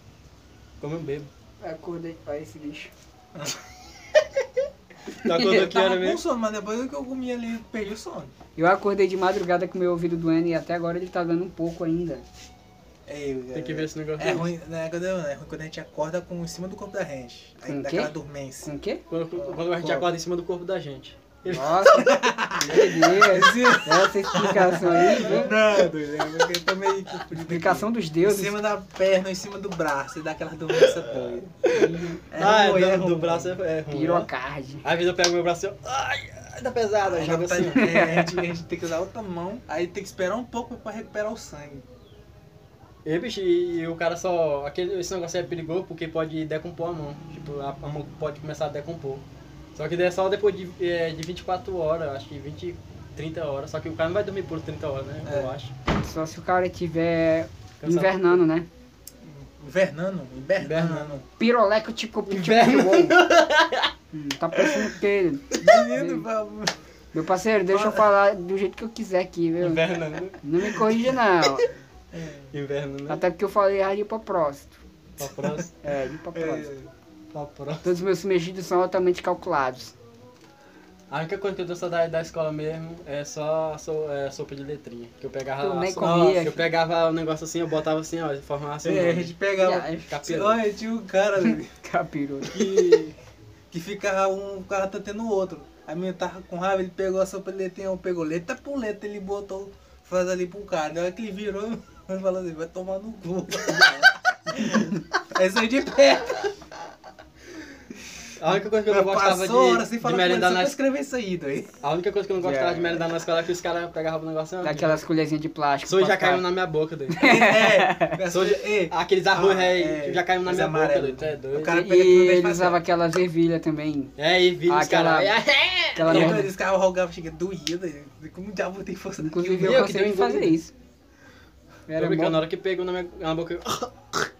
Como eu bebo. Acordei pra esse bicho. Tu acordou que tava era com mesmo? sono, mas depois que eu comi ali, perdi o sono. Eu acordei de madrugada com meu ouvido doendo e até agora ele tá dando um pouco ainda. É, eu, Tem que ver esse negócio. É aí. ruim, né? Quando, é ruim quando a gente acorda com em cima do corpo da gente. Aí Com dá o quê? aquela dormência. Com o quê? Quando, quando a gente acorda em cima do corpo da gente. Nossa, meu Deus. Essa explicação aí, viu? Não, doido, é porque também. Explicação dos Em deuses. cima da perna, em cima do braço, e dá aquela dormência doida. É ah, ruim, é, do, ruim. do braço é, é ruim. né? Pirocard. Às vezes eu pego meu braço e eu. Ai, ai, tá pesado. Aí Aí já jogo tá, assim. é, a, gente, a gente tem que usar outra mão, aí tem que esperar um pouco pra recuperar o sangue. E, bicho, e, e o cara só. Aquele, esse negócio é perigoso porque pode decompor a mão. Tipo, a, a mão pode começar a decompor. Só que daí é só depois de, é, de 24 horas, acho que 20, 30 horas. Só que o cara não vai dormir por 30 horas, né? É. Eu acho. Só se o cara tiver Cansado. invernando, né? Invernando? Invernando. Piroleco tico Inverno. Hum, Tá parecendo que. Menino, vamos. Meu parceiro, deixa eu falar do jeito que eu quiser aqui, viu? Inverno, né? Não me corrija, não. Inverno, né? Até porque eu falei errado de propósito. Pra próxima. É, de propósito. É, Pra próxima. Todos os meus mexidos são altamente calculados. A única coisa que eu tenho saudade da escola mesmo é só a so- é, sopa de letrinha. Que eu pegava. Tu a nem so- comia, eu filho. pegava o negócio assim, eu botava assim, ó, formava assim. é, a gente pegava. Capeta. Olha, tinha um cara doido, Capiroto. que, que ficava um cara tentando o outro. A menina tava com raiva, ele pegou a sopa de letrinha, um pegou letra por letra, ele botou, faz ali pro cara. Na hora que ele virou, ele falou assim, vai tomar no cu. Aí saiu de perto. A única coisa que eu não gostava Passou hora de, sem de falar assim. com ele, merendar só na pra escola. escrever isso aí, doido. A única coisa que eu não gostava Yeah. de merendar na escola é que os caras pegavam o negócio assim, ó. Daquelas colherzinhas de plástico. Isso já pra caiu cá. na minha boca, doido. É, Sou de- é, Aqueles arroz Ah, aí é. já caiu na Mas minha boca, amarelo. doido. Tu é doido. O cara E pega aquilo dentro ele assim, pra usava trás. aquelas ervilhas também. É, e vi os Aquela- caras. é, Aquela E merda. quando esse carro rogava, chega doído. Como diabo tem força Inclusive Eu eu, que consegui tenho fazer engolido. isso. Eu Tô Era é brincando, na bom. hora que pegou na minha na boca, eu...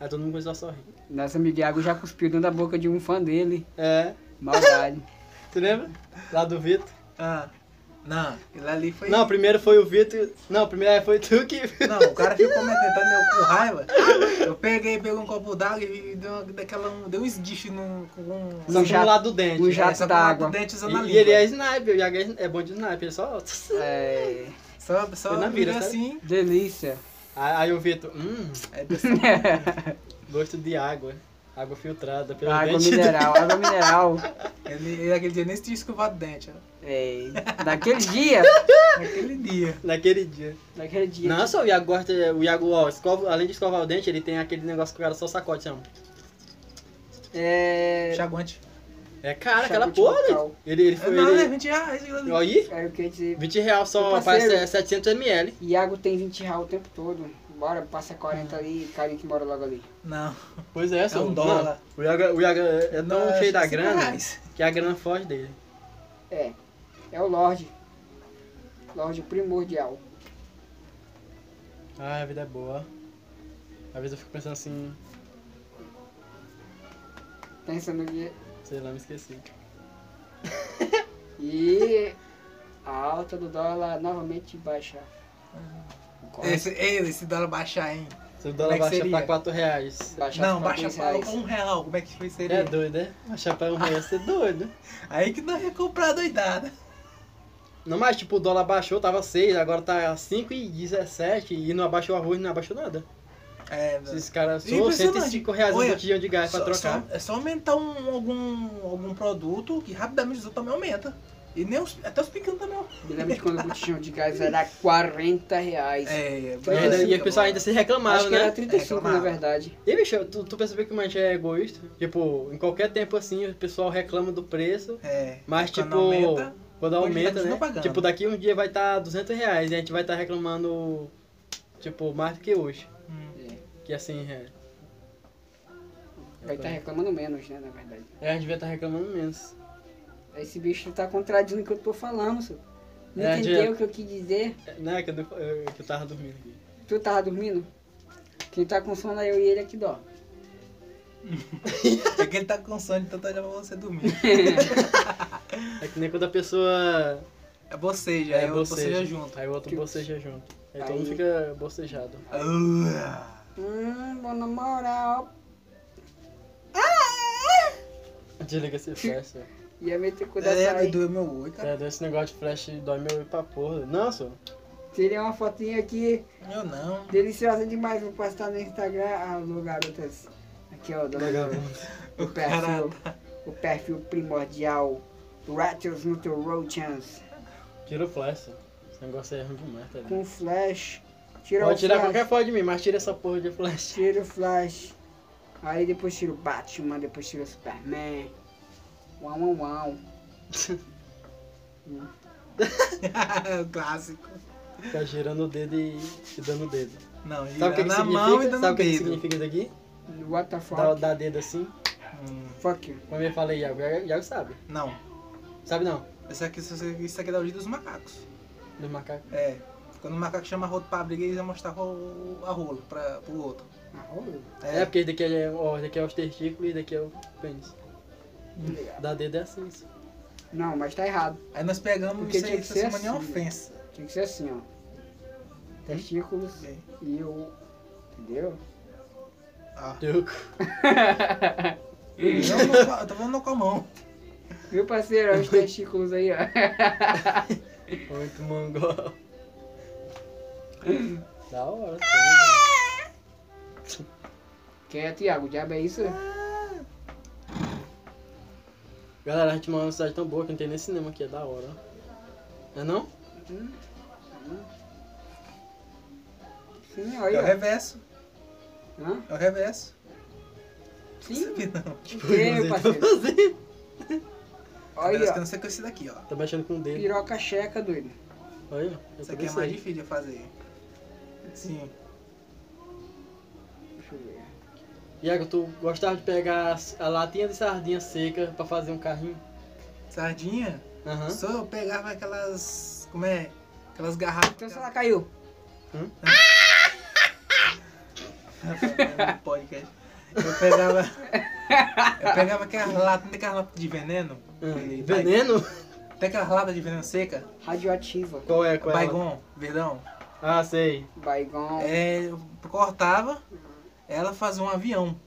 Aí todo mundo começou a sorrir. Nossa amigo Iago já cuspiu dentro da boca de um fã dele. É, Maldade. tu lembra? Lá do Vitor. Ah, não, aquilo ali foi. Não, primeiro foi o Vitor. Não, primeiro foi tu que. Não, o cara ficou me atentando, eu com raiva. Eu peguei, peguei um copo d'água e deu, uma, daquela, deu um esguicho no, com um. é, Não, Só com jato- o lado do dente. é. um jato só com d'água. o dente usando a E, e língua. ele é sniper, o Iago é, é bom de sniper, ele só. É, Só, só Foi na mira, virou sabe? assim. é, delícia. Aí, aí o Vitor, hum, Aí desceu. gosto de água. Água filtrada pelo água dente do- mineral, água mineral. Ele, ele aquele dia nem se tinha escovado o dente, ó. É, daquele dia, Naquele dia. Naquele dia. daquele dia. Não, só o Iago gosta. O Iago, ó, escova, além de escovar o dente, ele tem aquele negócio que o cara só sacode, chama. É... Chaguante. É cara, Chacote aquela porra, né? bucal. Ele, ele É, foi. Não, é Ele... 20 reais. aquilo ali. Olha aí, Era o que É, eu ia dizer. 20 reais Meu só, parceiro. parece é 700 ml. Iago tem 20 real o tempo todo. Bora, passa 40 ali e Karen que mora logo ali. Não. Pois é, só um dólar. O Iago, o Iago é tão Não, cheio da cinco grana reais. que a grana foge dele. É. É o Lorde. Lorde primordial. Ah, a vida é boa. Às vezes eu fico pensando assim, Pensando que. sei lá, me esqueci. E a alta do dólar novamente baixar. Corre. Esse, ei, esse dólar baixar, hein? Se o Como dólar é que baixa seria? pra 4 reais. Baixar não, pra baixa 10 pra reais. um real. Como é que foi É seria? doido, é? Baixar pra um real, você é doido. Aí que nós ia comprar a doidada. Não, mas tipo, o dólar baixou, tava 6, agora tá 5,17 e não abaixou arroz, não abaixou nada. É, velho. Esses caras só Impressionante. 105 reais um Olha, botijão de gás pra Só- trocar. só- é só aumentar um, algum, algum produto que rapidamente os outros também aumenta. E nem os, até os pequenos também aumentam. Me lembro de quando o botijão de gás era 40 reais. É, E, ainda- e o pessoal ainda se reclamava, Acho que era né? 35 na Reclamava. verdade. E bicho, tu, tu percebeu que a gente é egoísta? Tipo, em qualquer tempo assim, o pessoal reclama do preço, É. mas quando tipo, aumenta, quando pode aumenta, ficar né? desnopagando. Tipo, daqui um dia vai estar tá 200 reais e a gente vai estar reclamando, tipo, mais do que hoje. hum, É. Que assim, é, Vai estar reclamando menos, né, na verdade. é, a gente vai estar reclamando menos. Esse bicho tá contradizendo o que eu tô falando, senhor. Não É, entendeu adianta. o que eu quis dizer? É, Né, que eu, eu, que eu tava dormindo aqui. Tu tava dormindo? Quem tá com sono é eu e ele aqui, dó. É que ele tá com sono, então tá olhando pra você dormir. É que nem quando a pessoa É você já, é, eu você já junto. Aí o outro Que- boceja junto. Aí, Aí- todo mundo fica bocejado. Ah, hum, vou na moral. Desliga esse flash. ó. Ia meter cuidado É, aí. doeu meu oi, cara. é, deu esse negócio de flash dói meu olho pra porra. Não, senhor. Tirei uma fotinha aqui, É. Meu não. deliciosa demais. Vou postar no Instagram. Alô, garotas. Aqui, ó, dona o perfil. tá- O perfil primordial. Rattles no teu road chance. Tira o flash. ó. Esse negócio aí é ruim demais, tá ligado? Com flash. Tira o Pode tirar flash. qualquer foto de mim, mas tira essa porra de flash. Tira o Flash. Aí depois tira o Batman, depois tira o Superman. Uau, uau, uau. Clássico. Fica Tá girando o dedo e te dando o dedo. Não, e Sabe o que, que na mão e significa? dando Sabe o que, que dedo. significa isso aqui? What the Dá, fuck? dá dedo assim. Hum, Fuck you. Como eu falei, Iago, Iago Iago sabe. não, Sabe não? isso aqui, isso aqui- isso aqui é da origem dos macacos. Dos macacos. É, quando o macaco chama roto pra briga, eles vão mostrar ro- a rola pra, pro outro. Ah, rola? É, porque esse daqui é, ó, esse daqui é os testículos e daqui é o pênis. Dá dedo é assim, isso. Não, mas tá errado. Aí nós pegamos Porque isso aí, tinha que isso ser assim, é uma assim. ofensa. Tem que ser assim, ó. Testículos É. e o. Entendeu? Ah. Truco. Não, não, com a- eu tô falando com a mão. Viu, parceiro? Olha os testículos aí, ó. Muito mongol. da hora, tá? Quieto, Iago. O diabo é isso? Galera, a gente mora numa cidade tão boa que não tem nem cinema aqui, é da hora. É não? Sim, É o olha. reverso, ó. Hã? é o reverso. Sim. Que tipo, não. Sim, meu parceiro. fazendo. Parece que eu Olha, não sei tá com esse daqui, ó. Tá mexendo com o ó. dedo. Piroca checa, doido. Olha, eu Isso tô aqui é mais pensando. difícil de fazer. Sim. Deixa eu ver. Iago, tu gostava de pegar as- a latinha de sardinha seca pra fazer um carrinho? Sardinha, Aham. só eu pegava aquelas. Como é? Aquelas garrafas. Teu celular Então, caiu. No podcast. Eu pegava. Eu pegava aquelas latas, não tem aquelas latas de veneno? Ah, Ele- Veneno? Tem aquelas latas de veneno seca? Radioativa. Qual é? Qual é? Baigon, verdão. Ah, sei. Baigon. É, eu cortava, ela fazia um avião.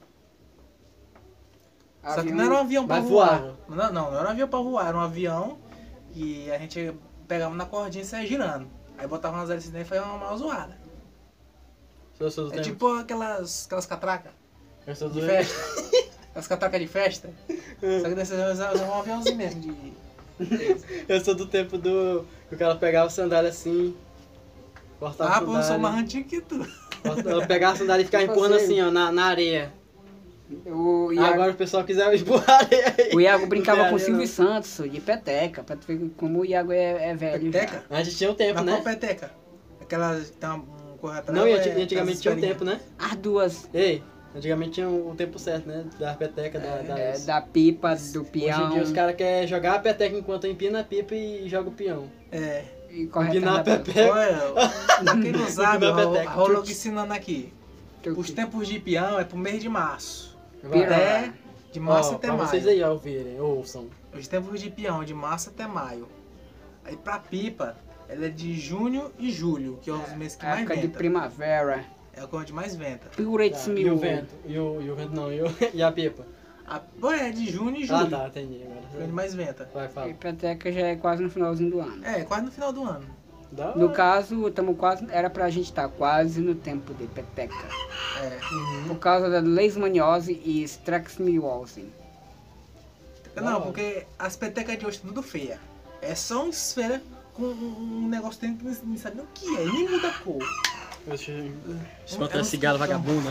Só que não era um avião pra Mas voar. voava. Não, não, não era um avião pra voar, era um avião que a gente pegava na cordinha e saia girando. Aí botava umas hélices dentro e fazia uma mal zoada. Eu sou do É tempo. tipo aquelas, aquelas catracas eu sou do de festa. As catracas de festa. É. Só que dessas vezes elas um aviãozinho mesmo. De... Eu sou do tempo do. que o cara pegava a sandália assim. Cortava a Ah, pô, eu sandália. sou mais antigo que tu. corta- Ela pegava a sandália e ficava Tipo empurrando assim. assim, ó, na, na areia. O E Iago, agora o pessoal quiser empurrar a areia aí. o Iago brincava Não com o tem areia, Silvio Santos, de peteca, pra tu ver como o Iago é, é velho. já. Peteca? não. Antes tinha o tempo, Mas né? qual peteca? Aquelas que tem um correr atrás. Não, e ou é anti- antigamente aquelas tinha o esperinhas? tempo, né? As duas. Ei, antigamente tinha o tempo certo, né? Da peteca, da. da- é, da pipa, do Hoje em peão. dia os caras querem jogar a peteca enquanto empina a pipa e joga o peão. É. E corre Empinar a atrás da- pepeca. Olha, pra quem não sabe, Não, ó, peteca. a Rologo ensinando aqui. Teu- Os tempos de peão é pro mês de março. Vai. Piranha. Até de março Ó, até pra maio. vocês aí, ó, ouvirem, ouçam. Os tempos de peão, de março até maio. Aí pra pipa, ela é de junho e julho, que é os meses que a mais época de venta. primavera. É o onde mais venta. Puretz Tá, mil. e o vento? E o, e o vento não, e, o, e a pipa? A, pô, é de junho e Ah julho. tá, entendi que é onde agora. mais venta. Vai, E fala. peteca já é quase no finalzinho do ano. É, quase no final do ano. Dá No caso, tamo quase, era pra gente estar quase no tempo de peteca. É. Uhum. Por causa da leishmaniose e strexmiose. Não, porque as petecas de hoje estão tudo feia. É só uma esfera com um um negócio dentro que não sabe nem o que é, nem muda a cor. Deixa eu botar esse galo vagabundo.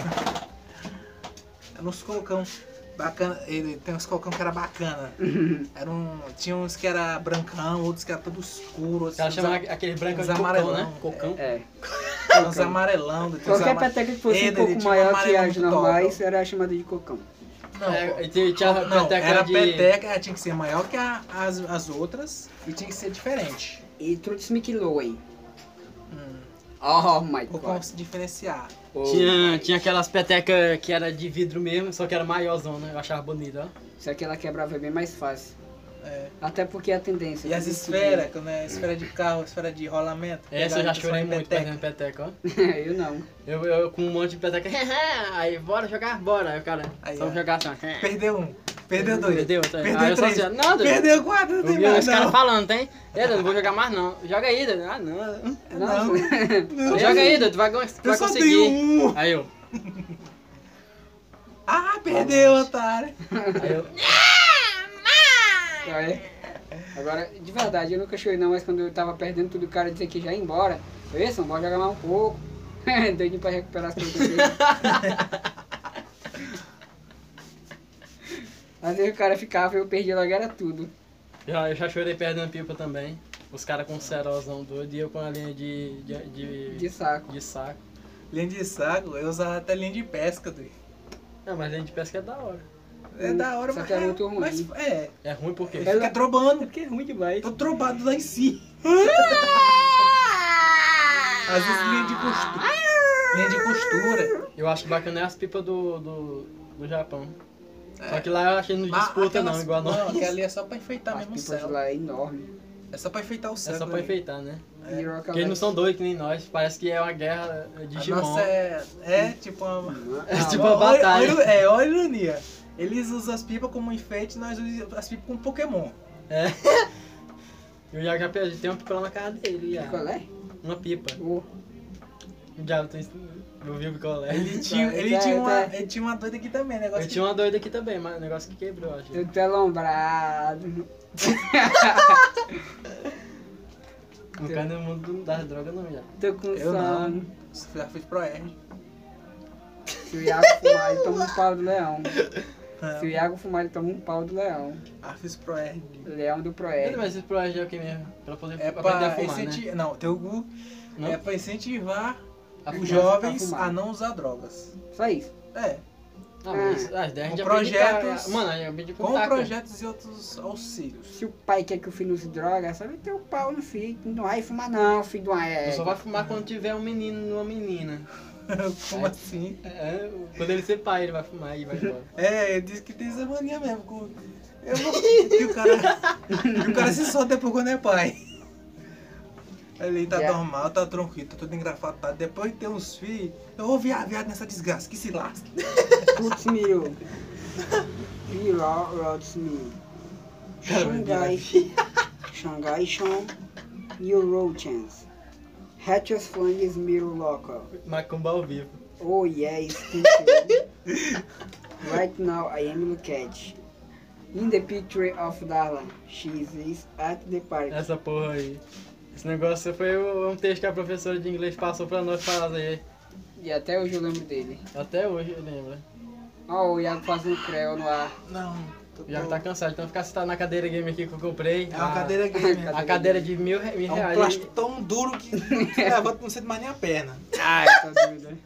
Era uns colcão bacana. Ele tem uns colcão que era bacana. Era um, tinha uns que era brancão, outros que era todo escuro, Os outros caras uns chamam a- aquele branco uns de cocão, amarelão. né? Cocão. É. tinha uns amarelão, tinha uns Qualquer ama- peteca que fosse É, um daí pouco tipo tinha um maior que amarelo as muito normais era chamada de cocão. Não, É, pô. e tinha- tinha a Não, peteca era de... peteca, ela tinha que ser maior que a- as, as outras e tinha que ser diferente. E Trutzmikiloen. Hum, Oh my ou como god. se diferenciar. Oh. Tinha, tinha aquelas petecas que era de vidro mesmo, só que era maiorzona, eu achava bonito, ó. Só que ela quebrava bem mais fácil. É. Até porque a tendência. E as esferas, quando é esfera de carro, esfera de rolamento. Essa eu já pegava e transformava chorei em muito é. peteca. perdendo peteca, ó. Eu não. Eu, eu com um monte de peteca, aí bora jogar, bora. Aí o cara, Aí, só ó. jogar assim, ó. Perdeu um, perdeu dois, Perdeu, tá? Aí perdeu eu só três, dizia, não, Dudu. perdeu quatro, não Eu tem vi os mais caras não. falando, hein? Eu não vou jogar mais não. Joga aí, Dudu. Ah, não. Não, É, não. Joga aí, Dudu, tu vai, gon- tu Eu vai só tenho conseguir. um. Aí eu, Ah, perdeu, otário. aí eu, Tá aí? Agora, de verdade, eu nunca chorei não, mas quando eu tava perdendo tudo, o cara disse que já ia embora. Eu ia, São, bora jogar mais um pouco. Doidinho pra recuperar as coisas dele. Às vezes o cara ficava e eu perdi logo, era tudo. já, eu já chorei perdendo pipa também. Os caras com um cerozão doido e eu com a linha de, de, De de, saco. É de saco. Linha de saco, eu usava até linha de pesca, doido. Não, mas linha de pesca é da hora. É da hora, Só mas que é é- muito ruim. Mas, é, É ruim porque ele fica trobando. porque é ruim demais. Tá Tô trobado lá em si. Às vezes linha de costura. Linha de costura. Eu acho bacana é as pipas do, do, do Japão. Só que lá eu achei não disputa aquelas- não, igual a Não, nós. É. Ah, aquela ali é só pra enfeitar As mesmo o pipas de céu. lá é enorme. É só pra enfeitar o céu. É só pra né? enfeitar, né? É. E roca Porque eles não lá- são doidos que nem nós. Parece que é uma guerra de A Digimon. nossa é, é tipo Ah, uma... É tipo Olha- uma batalha. olha- é, olha a ironia. Eles usam as pipas como enfeite, nós usamos as pipas como Pokémon. E o Iago já perdeu tem uma pipa lá na casa dele, Iago. Picolé? Uma pipa. Oh, O diabo tem Eu vi o picolé. Ele tinha, tá, ele tinha, tá. uma, ele tinha uma doida aqui também, né? negócio Então, Eu tinha uma doida aqui também, mas o negócio que quebrou, eu acho. eu tô alombrado. Não cai no mundo das drogas não, Iago. Tô com Eu não. sono. que... Já fui pro Erd. Se o Iago fumar, ele toma um pau do leão. Se o Iago fumar, ele toma um pau do leão. Ah, fiz pro Erd. Leão do É. Proerd. Mas esse projeto é o que mesmo? Pra poder É aprender a pra fumar, né? incentivar... Não, teu Gu Não? é um pra incentivar A os fumar. jovens fumar. a não usar drogas. Só isso. É, Ah, mas as ideias a gente Com aprende pra- projetos- Mano, a gente aprende um com contar, cara. projetos e outros auxílios. Se o pai quer que o filho não se droga, é só vai ter o pau no filho. Não vai fumar não, filho de uma Tu é. só vai fumar quando tiver um menino e uma menina. Como assim? É, quando ele ser pai, ele vai fumar e vai embora. É, eu disse que tem essa mania mesmo. Com... Eu vou... e, o cara... e o cara se solta depois quando é pai. Ele tá Yeah. normal, tá tranquilo, tá tudo engrafatado. Depois de ter uns filhos, eu vou virar viado nessa desgraça, que se lasque. Putz mil. Vilá Rods mil. Xangai. Xangai Shon. New Road Chance. Hatchers Flangs Miro Local. Macumba ao vivo. Oh yes, thank you. right now I am looking at. In the picture of Darla, she is at the park. Essa porra aí. Esse negócio foi o- um texto que a professora de inglês passou pra nós fazer. E até hoje eu lembro dele. Até hoje eu lembro. Ó, o Iago fazendo creu no ar. Não. Tô, O Iago tá cansado, então ficar sentado na cadeira game aqui que eu comprei. Ah, É uma cadeira gamer. A cadeira de mil, re- mil É um reais. plástico tão duro que que levanta não sente mais nem a perna. Ai, tá doido.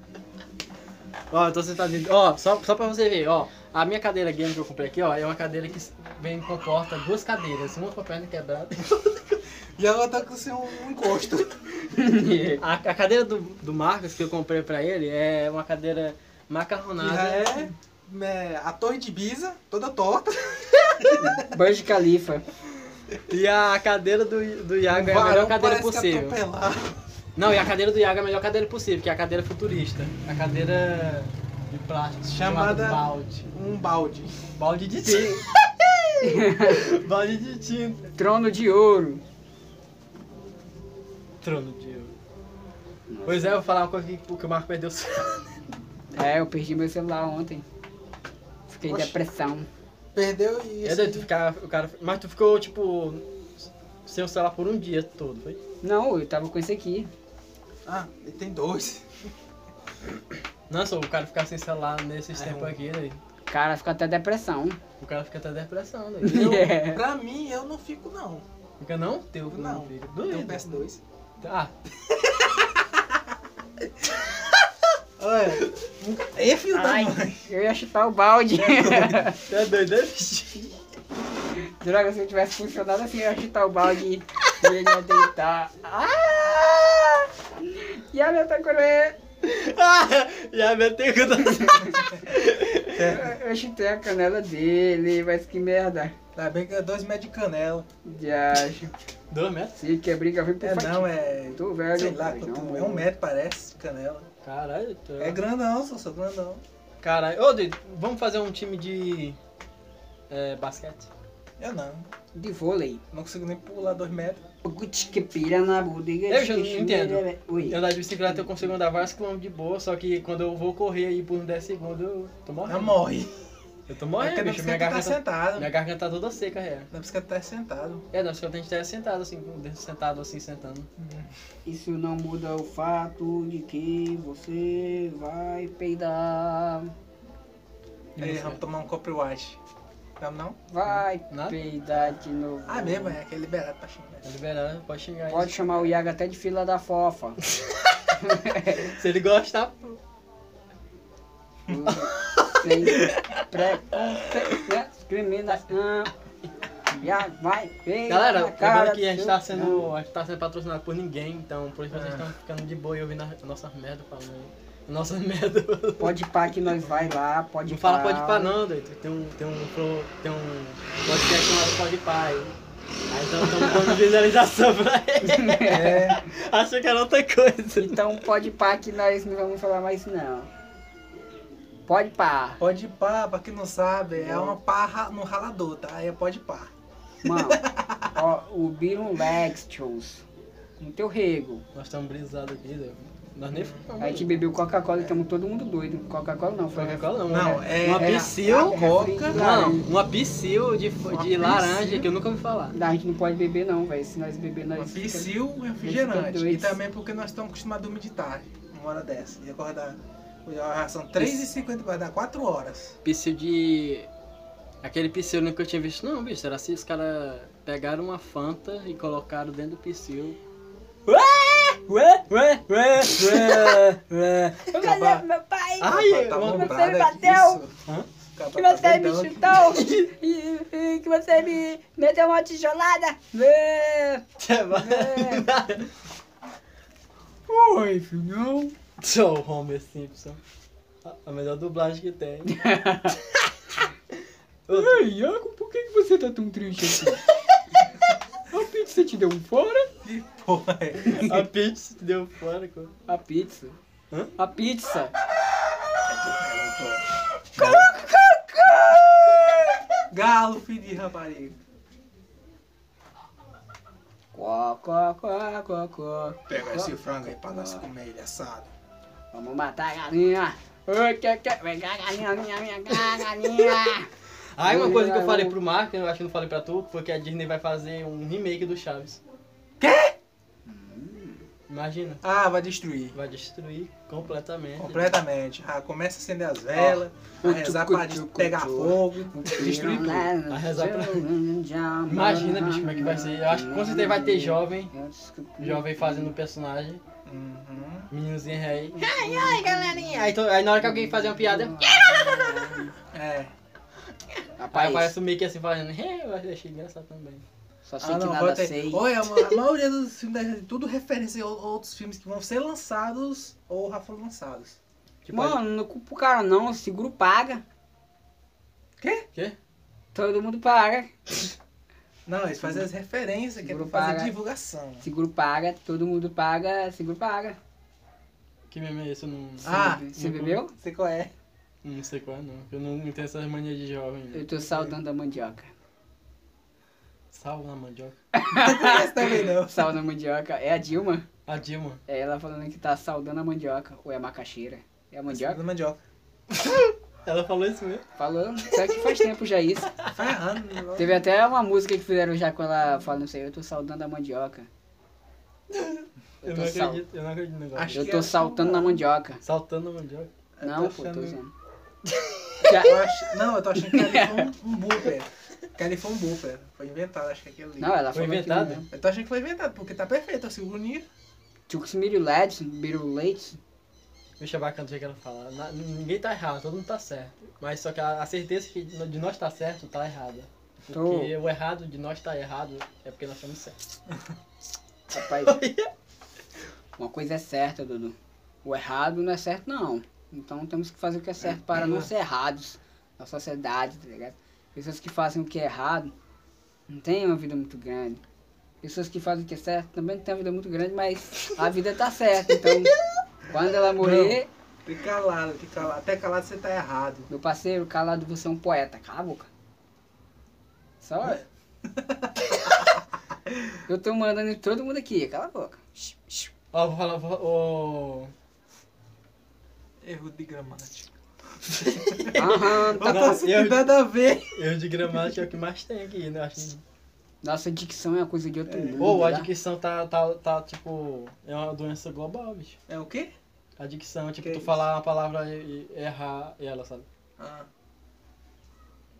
Ó, eu tô sentadinho. Ó, só, só pra você ver, ó. A minha cadeira game que eu comprei aqui, ó, é uma cadeira que vem comporta duas cadeiras, uma com a perna quebrada. E agora tá com assim, um encosto. A, a cadeira do, do Marcos que eu comprei pra ele é uma cadeira macarronada. É, é, a torre de Biza, toda torta. Burj Khalifa. E a cadeira do, do Iago é a Varão melhor cadeira parece que possível. atropelado. Não, e a cadeira do Iago é a melhor cadeira possível, que é a cadeira futurista. A cadeira de plástico chamada Chamada- balde. Um balde. Balde de tinta. balde de tinta. Trono de ouro. Trono de ouro. Pois é, eu vou falar uma coisa que, que o Marco perdeu. É, eu perdi meu celular ontem. Fiquei em Oxi. depressão. Perdeu e. assim, É doido, tu ficar, o cara, mas tu ficou, tipo, sem o celular por um dia todo, foi? Não, eu tava com esse aqui. Ah, ele tem dois. Não, só o cara ficar sem celular nesses É tempos ruim. aqui, daí. Cara, fica até depressão. O cara fica até depressão, daí. Eu, É. Pra mim, eu não fico, não. um Fica não? Teu Não. Fica Eu doido. tenho PS2. Tá. Olha. É filho Ai, da mãe. eu ia chutar o balde. É doido, é bichinho. Droga, se eu tivesse funcionado assim, eu ia chutar o balde e ele ia deitar. Ah! E a minha é, tacoré. E a minha tem que Eu chutei a canela dele, mas que merda. Tá bem que é dois metros de canela. Já acho. Dois metros? Se quer briga, vem pro É não, é. Tô velho. Sei lá, mas quanto- não, é um mano. metro, parece, de canela. Caralho, tu É grandão, sou, sou grandão. Caralho. Ô, doido, vamos fazer um time de. É, basquete? Eu não. De vôlei. Não consigo nem pular dois metros. Guti que pira na bodega. Eu já não entendo. Oi. Eu andar de bicicleta eu consigo andar vários quilômetros de boa, só que quando eu vou correr aí por uns 10 segundos eu tô Não morrendo. morre. Eu tô Porque morrendo, bicho. na Minha bicicleta tá garganta, sentado. minha garganta tá toda seca, é. Na bicicleta tá sentado. É, não, acho que eu tenho que estar sentado assim, com o dedo sentado assim, sentando. Isso não muda o fato de que você vai peidar. E Aí, você? vamos tomar um copyright. Vamos não? Vai Nada? peidar de novo. Ah, mesmo, é que é liberado pra xingar. Tá liberado, pode xingar Pode chamar o Iago até de fila da fofa. isso. Se ele gostar, pô. Sem preconceito. Já vai peidar. Galera, na cara lembrando que a gente do tá seu- sendo. A gente tá sendo patrocinado por ninguém, então por isso vocês É. estão ficando de boa e ouvindo a- nossas merda falando aí. Nossas merda. Pode pá que nós vai lá, pode Não fala pá. pode pá não, doido. Tem um, tem um, pro- tem um podcast chamado pode pá aí. Aí estamos dando visualização pra ele. É, Achei que era outra coisa. Então pode pá que nós não vamos falar mais não. Pode pá. pode pá, pra quem não sabe, é uma parra no ralador, tá? Aí é pode pá. Mano, ó, o Biron Lextros. No teu rego. Nós estamos brisados aqui, doido. Nós nem falamos. A gente bebeu Coca-Cola e estamos todo mundo doido. Coca-Cola não, foi Coca-Cola não, Não, né? é. Uma é Pepsil, a coca. refri. Não, Laranja. uma piscil de, Uma de laranja piscil. que eu nunca ouvi falar. A gente não pode beber não, velho. Se nós beber, Uma nós... fica- Pepsil e refrigerante. doido. E também porque nós estamos acostumados a dormir de tarde, uma hora dessa. E acordar. ah, São 3h50, vai dar 4 horas. Psil de. Aquele psil nunca eu tinha visto, não, bicho. Era assim: os caras pegaram uma Fanta e colocaram dentro do psil. Ué, ué, ué, ué, ué, ué. Eu Tá falei ba- pro meu pai Ai, Tá eu- você comprada, me bateu? isso. Hã? Acaba que você me doidão aqui. chutou e, e que você me meteu uma tijolada. É, Oi, filhão. Sou o Homer Simpson. A- A melhor dublagem que tem. Ei, Iago, por que que você tá tão triste assim? A pizza te deu um fora? Que porra é? A Peach se deu fora. co- A pizza. Hã? A pizza. Galo, filho de rapariga. Có, có, có, có, có. Pega esse frango aí pra nós comer ele é assado. Vamos matar a galinha. Oi, que, que, vem cá, galinha, minha, minha, cá, galinha. Ah, e uma coisa que eu falei pro Marco, eu acho que não falei pra tu, foi que a Disney vai fazer um remake do Chaves. Quê? Imagina. Ah, vai destruir. Vai destruir completamente. Completamente. Ah, começa a acender as velas, Ó. a rezar pra des- Cutu, cutu, pegar cutu. fogo, destruir tudo. A rezar pra- Imagina, bicho, como é que vai ser. Eu acho que com certeza vai ter jovem, jovem fazendo um personagem, Uhum. meninozinho aí. Ai, ai, galerinha. Aí, to- aí na hora que alguém fazer uma piada, É. aí Rapaz, aparece o Mickey assim fazendo. "Eh", Eu achei engraçado também. só sei Ah, que não, nada bota aí. sei. Olha, mano, é a maioria dos filmes da tudo referência a outros filmes que vão ser lançados ou já foram lançados. Tipo, Mano, não culpa o cara não, o seguro paga. Quê? Quê? Todo mundo paga. Não, eles fazem as referências, que é pra Grupo H. fazer divulgação. Seguro paga, todo mundo paga, seguro paga. que meme é esse? Eu não, Ah, Você bebeu? sei qual é. não sei qual é, não. Eu não tenho essas manias de jovem. né? Eu tô saudando a mandioca. Sal na mandioca. Não conhece também não. Saudando a mandioca. É a Dilma? A Dilma. É ela falando que tá saudando a mandioca. Ou é a macaxeira? É a mandioca? Da mandioca. Ela falou isso mesmo. Falando, será que faz tempo já isso? Tá errando. não. Teve até uma música que fizeram já com ela falando isso aí, eu tô saudando a mandioca. Eu, Eu não tô, sal... acredito, eu não acredito no negócio. Acho eu que tô é- saltando na mandioca. Saltando a mandioca. Eu Não, tô pô, tô achando- dizendo. Eu acho- Não, eu tô achando que ali foi um, um booper. Que ali foi um booper. Foi inventado, acho que aquele ali. Não, é- ela Foi falou inventado? que... Eu tô achando que foi inventado, porque tá perfeito, eu seguro nisso. Tuxmiri Lads, Biru Leite. Bicha bacana do jeito que ela fala. Na- ninguém tá errado, todo mundo tá certo. Mas só que a, a certeza que de nós tá certo, tá errada. Porque Então- Tô. o errado de nós tá errado é porque nós estamos certos. Rapaz, uma coisa é certa, Dudu. O errado não é certo, não. Então temos que fazer o que é certo para não ser errados na sociedade, tá ligado? Pessoas que fazem o que é errado não têm uma vida muito grande. Pessoas que fazem o que é certo também não têm uma vida muito grande, mas a vida tá certa. Então, quando ela morrer, Fica calado, fica calado. Até calado você tá errado. meu parceiro, calado, você é um poeta. Cala a boca. Só. Eu tô mandando em todo mundo aqui, cala a boca. Ó, vou falar, vou, ô, Erro de gramática. Aham, Não, tá Não, não, eu- nada a ver. erro de gramática é o que mais tem aqui, né? Acho que- Nossa dicção é uma coisa de outro mundo. Ou a tá? dicção Hum, tá, tá, tá, tipo, é uma doença global, bicho. É o quê? A dicção, tipo, Que tu isso? falar uma palavra e, e errar ela, sabe? Ah.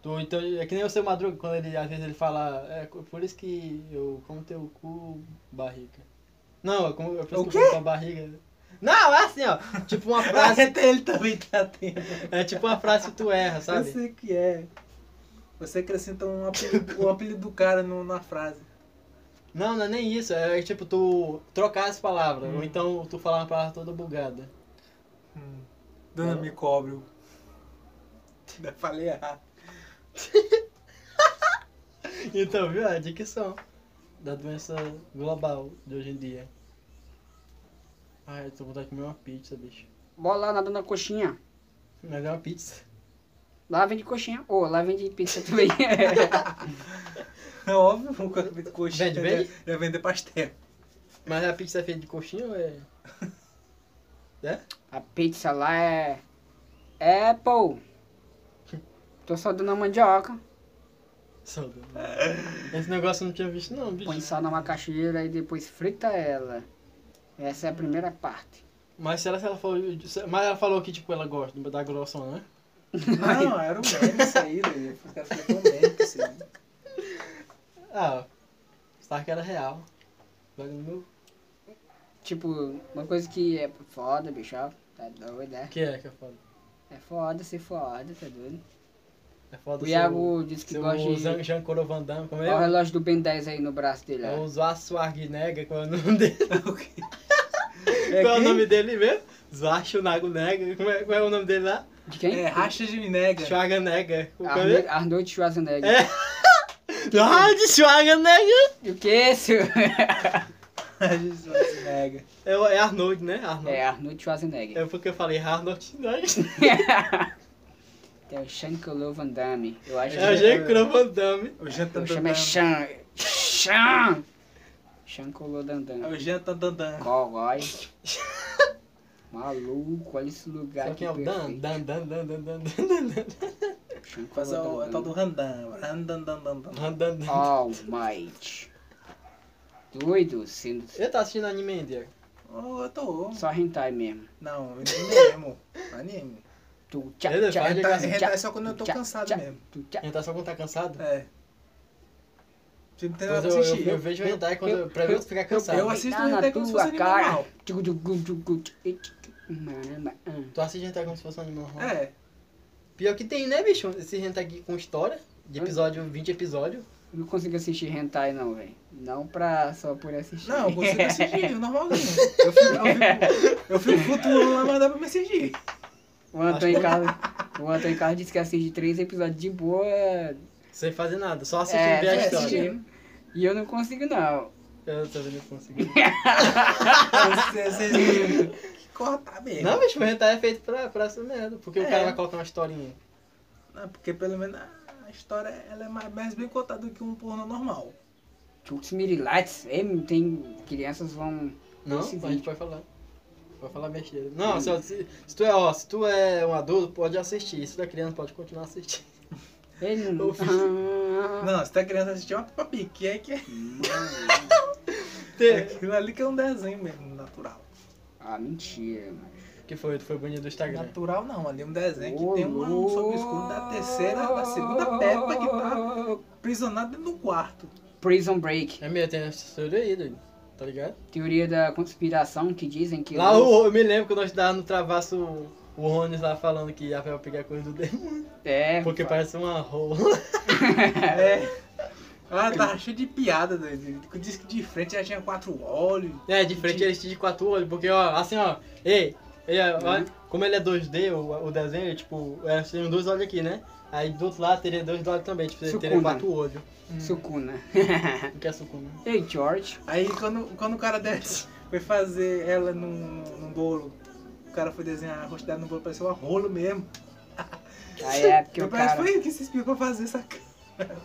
Tu, então, é que nem o seu Madruga, quando ele, às vezes ele fala, é co- por isso que eu como teu cu, barriga. Não, eu como, eu, por O isso que eu como tua barriga. Não, é assim, ó. Tipo uma frase, Até ele também tá tendo. é tipo uma frase que tu erra, Eu sabe? sei que é. Você acrescenta um apelido, um apelido do cara no- na frase. Não, não é nem isso, é tipo tu trocar as palavras, ou então tu falar uma palavra toda bugada. Dona, me cobre. Ainda falei errado. Então, viu? É a dicção da doença global de hoje em dia. Ai, eu tô com vontade de comer uma pizza, bicho. Bora lá na dona coxinha. Mas é uma pizza. Lá vende coxinha. Ô, lá vende pizza também. É óbvio que o cara vende coxinha. Vende, vende? né? Vai vender pastel. Mas a pizza é feita de coxinha ou é... É? a pizza lá é. Apple. Tô só dando a mandioca. Saudade. Esse negócio eu não tinha visto não, bicho. Põe sal na macaxeira e depois frita ela. Essa é a primeira parte. Mas será que ela falou. Mas ela falou que tipo, ela gosta da grossona, né? Não, era um meme isso aí, velho. Os caras ficam um meme com isso aí. Ah, Stark era real. Joga no meu. Tipo, uma coisa que é foda, bicho. ó. Tá doido, né? O que é que é foda? É foda ser foda, tá doido? É foda O ser Iago disse que Seu gosta de. Jean, Jean Coro Van Damme, como é? Olha o relógio do Ben 10 aí no braço dele, É ó. o Zwar Schwarzenegger, qual é o nome dele? É qual é o quem? nome dele mesmo? Zwar Schwarzenegger, como é, qual é o nome dele lá? De quem? É racha de minega. Schwarzenegger. O qual Arne- é? Arnold Schwarzenegger. É. Ah, de Schwarzenegger! E o que é isso? Jesus, minega. É, o- é Arnold, né? Arnold. É Arnold Schwarzenegger. É porque eu falei Arnold né? Schwarzenegger. É o Sean Colo Van Damme. Eu acho É o que... Jean Coro Van Damme. O Jean tá Eu chamo é dando- Sean. Sean! Xancolodandan. Aí o Jean tá dandan. Cogói. Maluco, olha esse lugar Sabe aqui. quem é o Dan? Dan, Dan, Dan, Dan, Dan, Dan, Dan, Dan. Faz o, é o tal do Randan. Randan, dan, dan, dan. Dan, Ah, Dan, Dan. All Might. Doido, sendo Ele tá assistindo anime ainda. Oh, eu tô. só hentai mesmo. Não, anime mesmo. Anime. Tu tchá, Ele tchá, faz de tchá, graça. tchá, Hentai é só quando eu tô tchá, cansado tchá, mesmo. tu tchá. Ele tá só quando tá cansado. É. Se não tem nada Mas pra eu, eu, assistir. eu vejo o hentai quando eu, pra eu ficar cansado. eu- assisto Deitar Tá na hentai como se tua fosse cara. animal. Tchucu, tchucu, tchucu, tchucu, tchucu. Mano, ah. Tu assiste hentai como se fosse um anime normal. É. Pior que tem, né, bicho? Esse hentai aqui com história, de episódio, 20 episódios. Não consigo assistir hentai não, velho. Não pra só por assistir. Não, eu consigo assistir, normalzinho. Eu fico, eu fico, eu fico flutuando lá, mas dá pra me assistir. O Antônio Carlos, o Antônio Carlos disse que assiste três episódios de boa. Sem fazer nada, só assistindo É, ver a é, história. assistindo. assistindo. E eu não consigo não. Eu tô vendo se consegui. Vocês vocês têm que cortar mesmo. Não, bicho, o hentai é feito pra, pra essa merda. Porque o É. cara vai colocar uma historinha. Não, porque pelo menos a história ela é mais, mais bem contada do que um porno normal. Tchux Mirilites, ei, tem crianças vão... Não, Esse a gente vídeo. pode falar. Pode falar besteira. Não, se, se- se tu é, ó, se tu é um adulto, pode assistir. Se tu é criança, pode continuar assistindo. Ele Eu não... fiz- Ah, Não, se tá querendo assistir uma papi, que é que é mano. aquilo ali que é um desenho mesmo, natural. ah, mentira, mano. Que foi? Tu foi bonito do Instagram. Natural não, ali é um desenho que tem um, um obscuro da terceira, da segunda pepa que tá aprisionado dentro do quarto. Prison Break. É meio, tem essa teoria aí, doido. Tá ligado? Teoria da conspiração que dizem que... lá os- o, eu me lembro quando nós dávamos no travaço o Ronis lá falando que a Fel pegar coisa do demônio. É, Porque parece uma rola. É. Ela tava cheia de piada, doido. O disco de frente já tinha quatro olhos. É, de frente ele tinha de quatro olhos, porque ó, assim ó, ei, ele, ó, ó, como ele é 2D, o, o desenho, tipo, é, tem dois olhos aqui, né? Aí do outro lado teria dois olhos também, tipo, teria Sucuna. quatro olhos. é Sukuna. Não quer sucuna. né? Ei, George. Aí quando, quando o cara desce, foi fazer ela num, num bolo, o cara foi desenhar a rosto dela no bolo, pareceu um rolo mesmo. Aí é porque o Meu pai cara... foi ele que se inspirou pra fazer essa cara.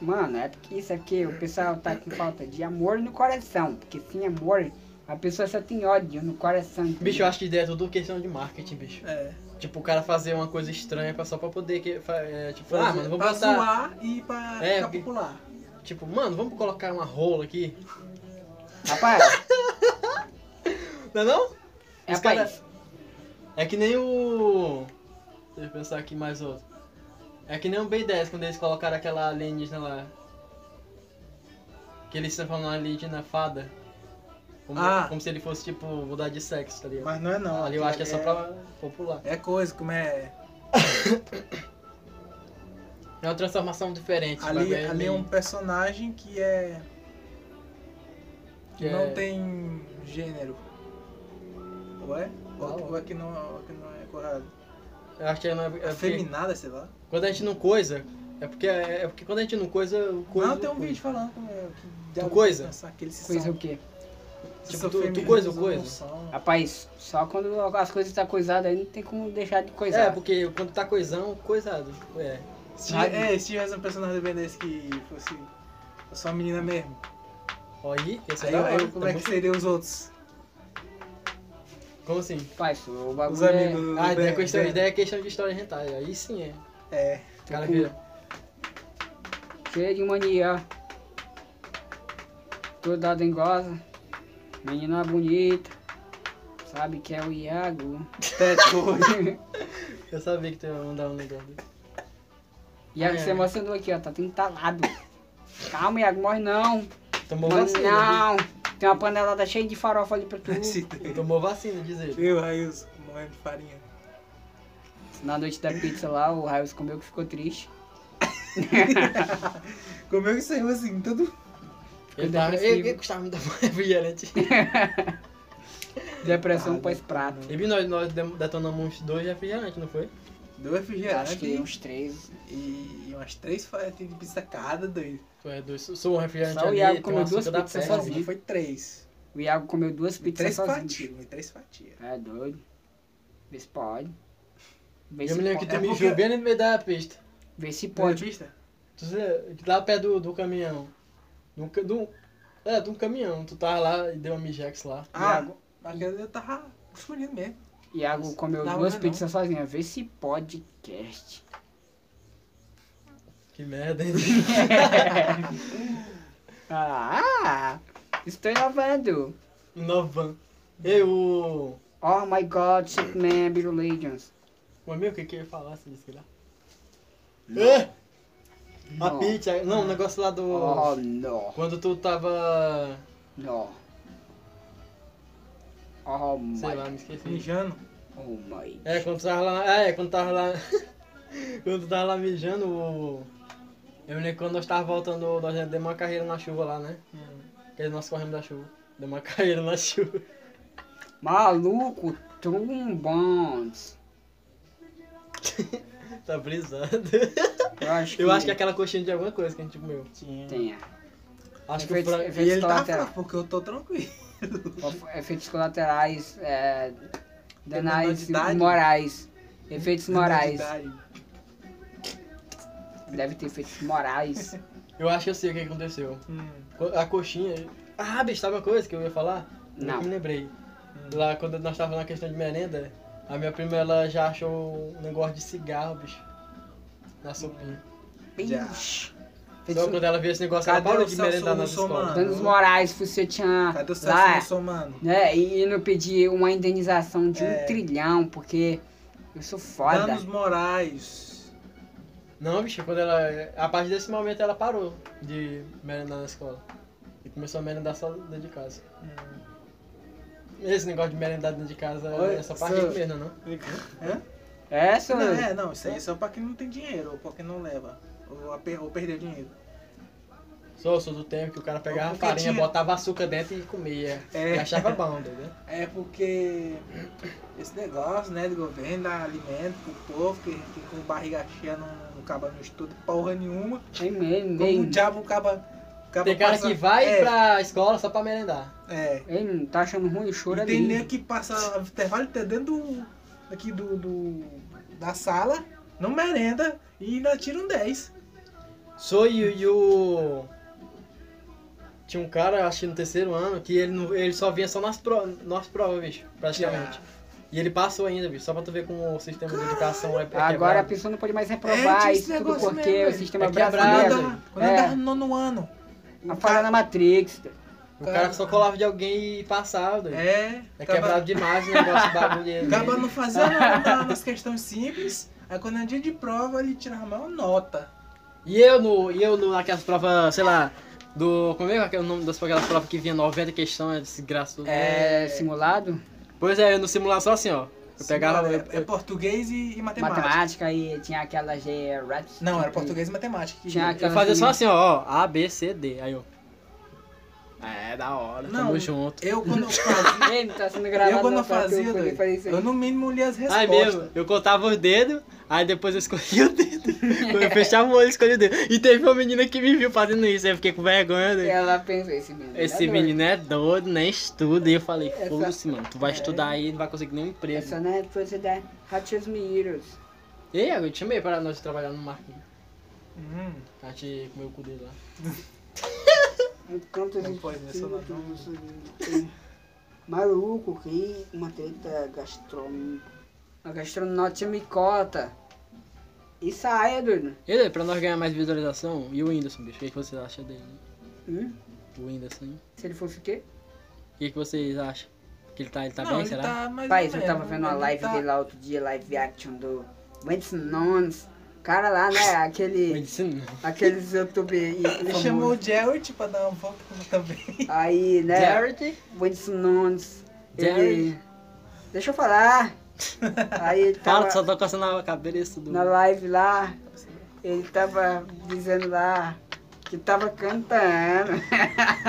Mano, é porque isso aqui, o pessoal tá com falta de amor no coração. Porque sem amor, a pessoa só tem ódio no coração. entendeu? Bicho, eu acho que ideia é tudo questão de marketing, bicho. É. Tipo, o cara fazer uma coisa estranha pra, só pra poder, que, fa- é, tipo, ah, Fazer- mano, vamos pra botar, zoar e pra É, ficar porque- popular. tipo, mano, vamos colocar uma rola aqui. Rapaz, Não é não? é, Os cara- rapaz. É que nem o... Deixa eu pensar aqui mais outro. É que nem o B10, quando eles colocaram aquela alienígena lá. Que eles transformam numa alienígena fada. Como, Ah. como se ele fosse, tipo, mudar de sexo, tá ligado? Mas não é não. Ali eu acho que é só aquilo ali pra popular. É coisa, como é. É uma transformação diferente. Ali, bagulho é ali é meio- um personagem que é. que Que não é- tem gênero. Ou é? Ou, Não. ou é que não, ou é que não é correto. Eu acho que não é... é porque, Afeminada, sei lá. quando a gente não coisa... É porque, é porque quando a gente não coisa... o coisa não, tem um coisa. vídeo falando como é. Que Tu diabo coisa? pensar Que eles se Coisa são, o quê? se Tipo, são tu- tu femininos coisa, ou coisa? não são. Rapaz, só quando as coisas tá coisada aí não tem como deixar de É, coisar. porque quando tá coisão, coisado. É. Se, é, se tivesse um personagem bem desse que fosse só uma menina mesmo. Ó, aí, esse é Aí, da hora, aí tá como é que muito- seriam os outros? Como assim? Rapaz, o Os bagulho amigos é... do Ah, Ben, ideia, questão, Ben. ideia é questão de história rentável. Aí sim é. É. O cara com- vira. Cheio de mania. Toda dengosa. Menina bonita. Sabe que é o Iago. Teto. Eu sabia que tu ia mandar um negócio desse. Iago Ai, se ai. emocionou aqui, ó. Tá tudo entalado. Calma, Iago, morre não. Tomou Mano, vacina. não. assim, Tem uma panelada cheia de farofa ali pra tu. Esse Ele teto. tomou vacina, diz ele. Viu, Raílson? Morrendo de farinha. Na noite da pizza lá, o Raios comeu que ficou triste. Comeu isso aí assim, tudo. Ele Ficou tava, depressivo. ele, ele gostava muito da refrigerante. Depressão Tá, pós-prato. E vi, nós, nós dem- detonamos uns dois refrigerantes, não foi? Deu Acho que refrigerante uns três. um, e, e umas três fatias de pizza cada, doido. Tu é dois. Sou um refrigerante Só o ali, Iago tem comeu um açúcar duas da pizzas peste. sozinho. Não, foi três. O Iago comeu duas Foi pizzas três sozinho. fatias, foi três fatias. É doido. Vê se pode. Vê Eu se me lembro que pode. tu É me porque- viu bem no meio da pista. Vê se pode. Pista? Tu se- lá perto do, do caminhão. Do, ca- do, É, de um caminhão. Tu tava lá e deu uma mijex lá. Ah, aquele eu tava escondido mesmo. Iago comeu Não, duas não é pizzas sozinha. Vê se podcast. Que merda, hein? Ah, estou inovando. Novan. Um Ei, o... Oh my god, sick man, Beetle Legends. O amigo que queria falar, você disse que lá. É! A Não. pizza. Não, o negócio lá do... Oh, no, Quando tu tava... no. Oh Sei lá, my, me esqueci. Mijando. oh my. É, quando tu tava lá... Ah, é, quando tava lá... quando tu tava lá mijando, o... Eu me lembro quando nós tava voltando, nós já demos uma carreira na chuva lá, né? Hum, Que nós corremos da chuva. Demos uma carreira na chuva. Maluco, Trumbones. Tá brisado. Eu acho que, Eu acho que é aquela coxinha de alguma coisa que a gente comeu. Tinha. tenha. Acho que o Efeitos- frango... E ele efeitos tá colaterais. fraco, porque eu tô tranquilo. Of- efeitos colaterais, é, danais Penalidade. morais. Efeitos morais. Verdade. Deve ter efeitos morais. Eu acho que eu sei o que aconteceu. Hum, Co- A coxinha. Ah, bicho, sabe uma coisa que eu ia falar? Não. Eu me Hum. lembrei. Lá quando nós tava na questão de merenda, a minha prima ela já achou um negócio de cigarro, bicho. Na sopinha. Já. Ixi. Só Efeitos, quando é ela viu esse negócio, ela Cadê parou o de Celso merendar nas Russo, escolas. mano? danos morais, você tinha Ah, Cadê o lá, é. Celso mano? né, e, e não pedir uma indenização de um É. trilhão, porque eu sou foda. Danos morais. Não, bicho, quando ela. A partir desse momento ela parou de merendar na escola. E começou a merendar só dentro de casa. Hum. Esse negócio de merendar dentro de casa Oi, é só parte seu- mesmo, não? Hã? É, sou Não, é, não, isso aí é só pra quem não tem dinheiro, ou pra quem não leva. Ou, a per- ou perdeu dinheiro. Sou, sou do tempo que o cara pegava Porque farinha, tinha- botava açúcar dentro e comia. É. E achava bom, entendeu? É porque esse negócio, né, do governo, dá alimento pro povo, que, que com barriga cheia não, não acaba no estudo porra nenhuma. É mesmo, Como o mesmo. diabo acaba. acaba Tem cara passa- que vai é, pra escola só pra merendar. É. Ei, não tá achando ruim, chora E tem ali. nego que passa o intervalo até dentro do, aqui do, do- da sala, não merenda e ainda tira um 10. Sou e, o- e o. Tinha um cara, acho que no terceiro ano, que ele, não, ele só vinha só nas, pro, nas provas, bicho, praticamente. Ah. E ele passou ainda, bicho, só pra tu ver como o sistema de educação é, é Agora a quebrado. pessoa não pode mais reprovar É, tinha esse isso tudo negócio porque mesmo, o velho. sistema É Quando eu quebrado, brasileiro. né? andava, quando eu É. andava no nono ano. A o falha na Matrix. O cara só colava de alguém e passava, doido. É, É, acaba- quebrado demais o negócio do bagulho. Acaba dele. não fazendo nada nas questões simples. Aí quando é dia de prova, ele tirava a maior nota. E eu, no, e eu no, naquelas provas, sei lá, do. Como é que é o nome das aquelas provas que vinha 90 questões, é desgraçado. É, simulado? Pois é, eu no simulado só assim, ó. Eu pegava. Sim, eu- é, é português e, e matemática. Matemática e tinha aquela de raps. Não, era português e matemática. que- Tinha Eu aquela fazia de- só assim, ó, ó, A, B, C, D. Aí eu. É, da hora, Não. tamo junto. Eu quando eu fazia, Ei, não tá sendo gravado. eu quando não, eu cara, que fazia, poder doido, fazer isso aí. eu no mínimo li as Aí respostas. Ah, é mesmo, eu contava os dedos, aí depois eu escolhia o dedo. Quando eu fechava o olho, escolhia o dedo. E teve uma menina que me viu fazendo isso, aí eu fiquei com vergonha. né? Ela pensou, esse menino. é Esse doido. menino é doido, nem estuda. E eu falei, Essa- foda-se, mano, tu vai É. estudar aí e não vai conseguir nenhum emprego. Essa não é coisa da Hatchers Mirrors. E aí, eu te chamei para nós trabalhar no marketing. Hum, A gente comeu o cu dele lá. Cantos Não pode, né? Só não- Maluco, que uma treta gastronômica. Uma gastronomicota. Isso aí, é doido. né? E aí, pra nós ganhar mais visualização, e o Whindersson, bicho, o que, que vocês acham dele? Hum? O Whindersson, hein? Se ele fosse o quê? o que, que vocês acham? Que ele tá, ele tá não, bem, ele será? tá mais ou Rapaz, eu menos, tava vendo uma ele live tá- dele lá outro dia, live action do Wentz Nunes. Cara lá, né? Eu Aquele. disse não. aqueles YouTube. Ele chamou o Jared pra dar uma volta também. Aí, né? Jared? Wentz Nunes. Ele. Jared? Deixa eu falar. Aí ele Fala, tava tu só tá coçando a cabeça do. na live lá. Ele tava dizendo lá que tava cantando.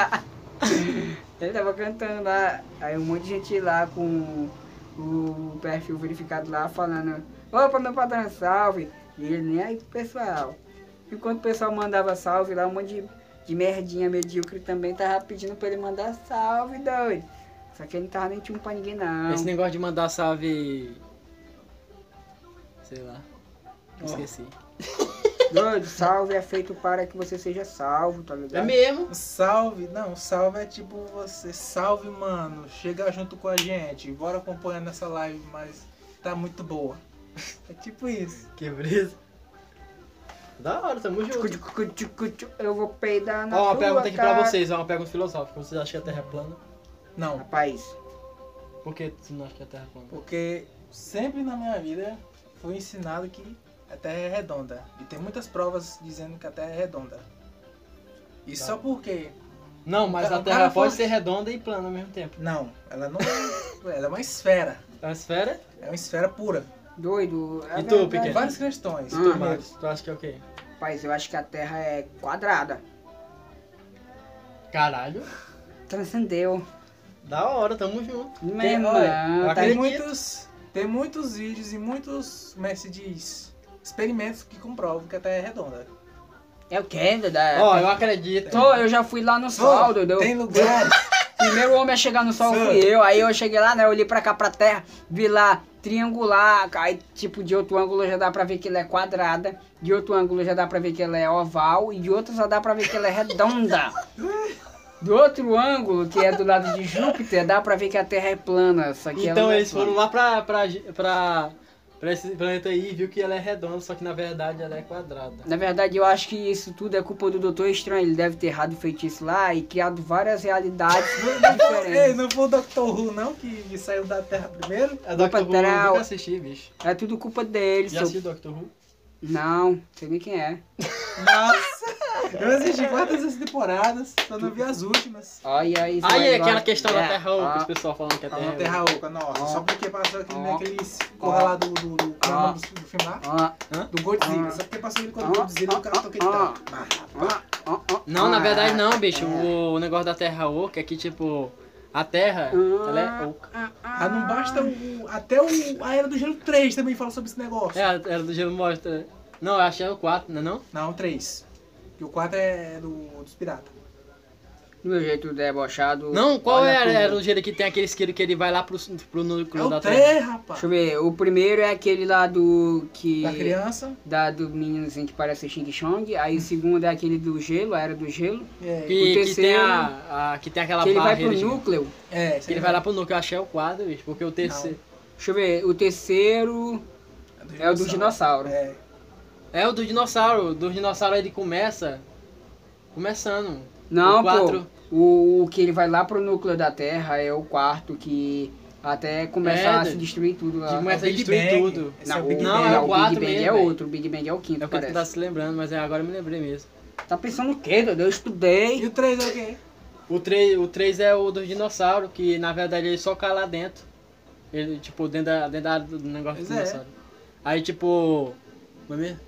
ele tava cantando lá. Aí um monte de gente lá com o perfil verificado lá falando, opa meu patrão, salve. E ele nem aí pro pessoal. Enquanto o pessoal mandava salve lá, um monte de, de merdinha medíocre também tava pedindo pra ele mandar salve, doido. Só que ele não tava nem tchum pra ninguém não. Esse negócio de mandar salve. Sei lá. Esqueci. Doido, salve é feito para que você seja salvo, tá É ligado? mesmo? Salve, não, salve é tipo você, salve mano, chega junto com a gente, bora acompanhar nessa live, mas tá muito boa. É tipo isso. Que brisa. Da hora, tamo junto. Cuti, cuti, cuti, Eu vou peidar na Ó, uma tua pergunta aqui pra cara. vocês, ó, uma pergunta filosófica. Vocês acham que a Terra é plana? Não, Rapaz, Por que você não acha que a Terra é plana? porque sempre na minha vida foi ensinado que a Terra é redonda e tem muitas provas dizendo que a Terra é redonda. E Tá. só porque Não, mas Ca- a o Terra cara pode foi- ser redonda e plana ao mesmo tempo. não, ela não, é- ela é uma esfera, É uma esfera? é uma esfera pura. doido. é E tu, verdade. Pequeno? Várias questões. Ah, Tu, Uhum. Marcos, tu acha que é o quê? Rapaz, eu acho que a Terra é quadrada. Caralho. Transcendeu. Da hora, tamo junto. Meu Tem- irmão, olha, tá Tem acredito. muitos, tem muitos vídeos e muitos, como é que se diz, experimentos que comprovam que a Terra é redonda. É o que, Dedé? Ó, eu acredito. Tô, eu já fui lá no sol, doido. tem lugares, Primeiro homem a chegar no sol Só. fui eu. Aí eu cheguei lá, né? Eu olhei pra cá, pra terra, vi lá triangular. Aí, tipo, de outro ângulo já dá pra ver que ela é quadrada. De outro ângulo já dá pra ver que ela é oval. E de outro já dá pra ver que ela é redonda. Do outro ângulo, que é do lado de Júpiter, dá pra ver que a Terra é plana. Só que ela não Então é eles plana. foram lá pra, pra, pra, pra esse planeta aí e viu que ela é redonda, só que na verdade ela é quadrada. Na verdade, eu acho que isso tudo é culpa do Doutor Estranho. Ele deve ter errado o feitiço lá e criado várias realidades Ei, diferentes. não foi o Doctor Who não, que saiu da Terra primeiro? É Doctor Who, eu Patrão. nunca assisti, bicho. É tudo culpa dele. Já seu- assisti Doctor Who? Não, sei nem quem é. Nossa, eu assisti todas as temporadas, só não vi as últimas. Olha isso. Aí é vai lá. aquela questão da É, Terra Oca, os ó, pessoal falando que a Tá na Terra é Terra Oca, nossa, Ó. só porque passou aquele, Ó. naqueles corra lá do, do, do, como é o Ó. nome do, do filme lá? ó, Do Godzilla, Ó. só porque passou ele quando Ó. o Godzilla, o cara toca ele Ó. tá. Ah, ó, ó, ó. Não, na verdade não, bicho. É. O negócio da Terra Oca é que, tipo, a Terra, ela é oca. Ah, não basta o. Até o. A Era do Gelo 3 também fala sobre esse negócio. É, a Era do Gelo mostra. Não, eu acho que é o 4, não é não? Não, 3. Porque o 4 é do, dos piratas. Do meu jeito debochado. Não, qual olha é era, tudo. era o gelo que tem aquele isqueiro que ele vai lá pro, pro núcleo é da o Terra? 3, rapaz. Deixa eu ver. O primeiro é aquele lá do que. Da criança. Hum. Da do meninozinho que parece Xing Chong. Aí o segundo é aquele do gelo, a era do gelo. É, Que, O que tem terceiro- a, a- que tem aquela que ele vai barra pro gigante. núcleo. né? é Que ele vai lá pro núcleo, eu achei o quadro, bicho, porque o terceiro... Deixa eu ver. O terceiro é o do dinossauro. É. É o do dinossauro, do dinossauro ele começa... Começando. Não, O quatro. pô. O, o que ele vai lá pro núcleo da Terra é o quarto que até começa É, a doido. se destruir tudo lá. Começa a É Big destruir Bang. tudo. Esse Não, é o Big não, Bang. é é o o quatro Big Bang mesmo, é velho. outro, o Big Bang é o quinto, É o que tu parece. tá se lembrando, mas agora eu me lembrei mesmo. Tá pensando o quê, doido? Eu E estudei. o 3 é o quê? O 3, o três é o do dinossauro, que na verdade ele só cai lá dentro. Ele, tipo, dentro da, dentro da, do negócio Pois do é. dinossauro. Aí, tipo. Não é mesmo?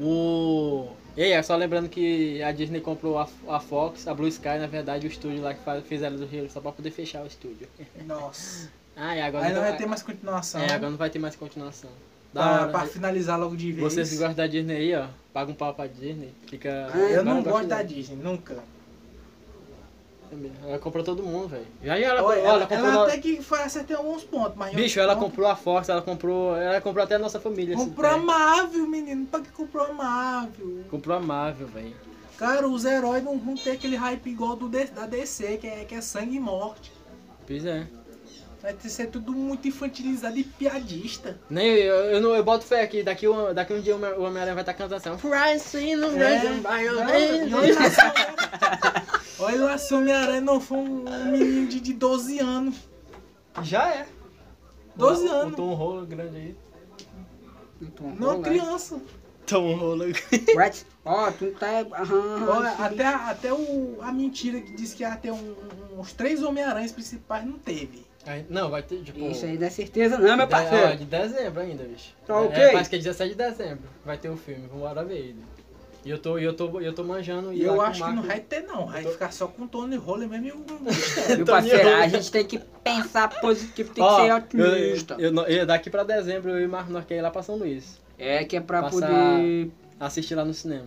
O. E aí, só lembrando que a Disney comprou a, a Fox, a Blue Sky, na verdade, o estúdio lá que faz, fez ela do Rio, só pra poder fechar o estúdio. Nossa. Ah, e agora Aí não vai ter vai- mais continuação. É, agora não vai ter mais continuação. Da Pra, hora. né? pra finalizar logo de vez. Vocês que gostam da Disney aí, ó. Paga um pau pra Disney. Fica. Ah, Eu não Agora gosto da dela. Disney, nunca. Também. Ela comprou todo mundo, velho. Já já ela, Olha, ela, ela, comprou. ela no- até que foi acertar alguns pontos, mas. em Bicho, outros ela pontos- comprou a Fox, ela comprou. Ela comprou até a nossa família. assim, esse Comprou a tempo. Marvel, menino. Pra que comprou a Marvel? Comprou a Marvel, velho. Cara, os heróis não vão ter aquele hype igual do D- da DC, que é, que é sangue e morte. Pois é. Vai ter que ser tudo muito infantilizado e piadista. Nem eu, eu, eu não, eu boto fé aqui, daqui um, daqui um dia o Homem- o Homem-Aranha vai estar cantando assim. Fry, É. no Não, e olha lá se- Olha lá se o Homem-Aranha não foi um um menino de, de 12 anos. Já é. 12 O- O anos. Tom um Rolo grande aí. Então, Não criança. Tom Rolo. Brett, ó, tu não tá. Aham, Olha, aham. até a- até o, a mentira que disse que ia ter um- um- uns três Homem-Aranhas principais não teve. Não, vai ter, tipo. Isso aí não é certeza, não, meu de- ó, parceiro. de dezembro ainda, bicho. Tá ok. É, parece que é 17 de dezembro. Vai ter o filme, vambora ver ele. E eu tô, e eu tô, e eu tô manjando. E E eu lá com o acho que Marco- não vai ter, não. Vai Eu tô- ficar só com o Tony Roller mesmo e o o- Meu parceiro, a gente tem que pensar positivo, tem que Ó, ser eu- otimista. eu não- eu- daqui pra dezembro eu e o Marco nós quer ir lá pra São Luís. É que é pra Passar- poder. Assistir lá no cinema.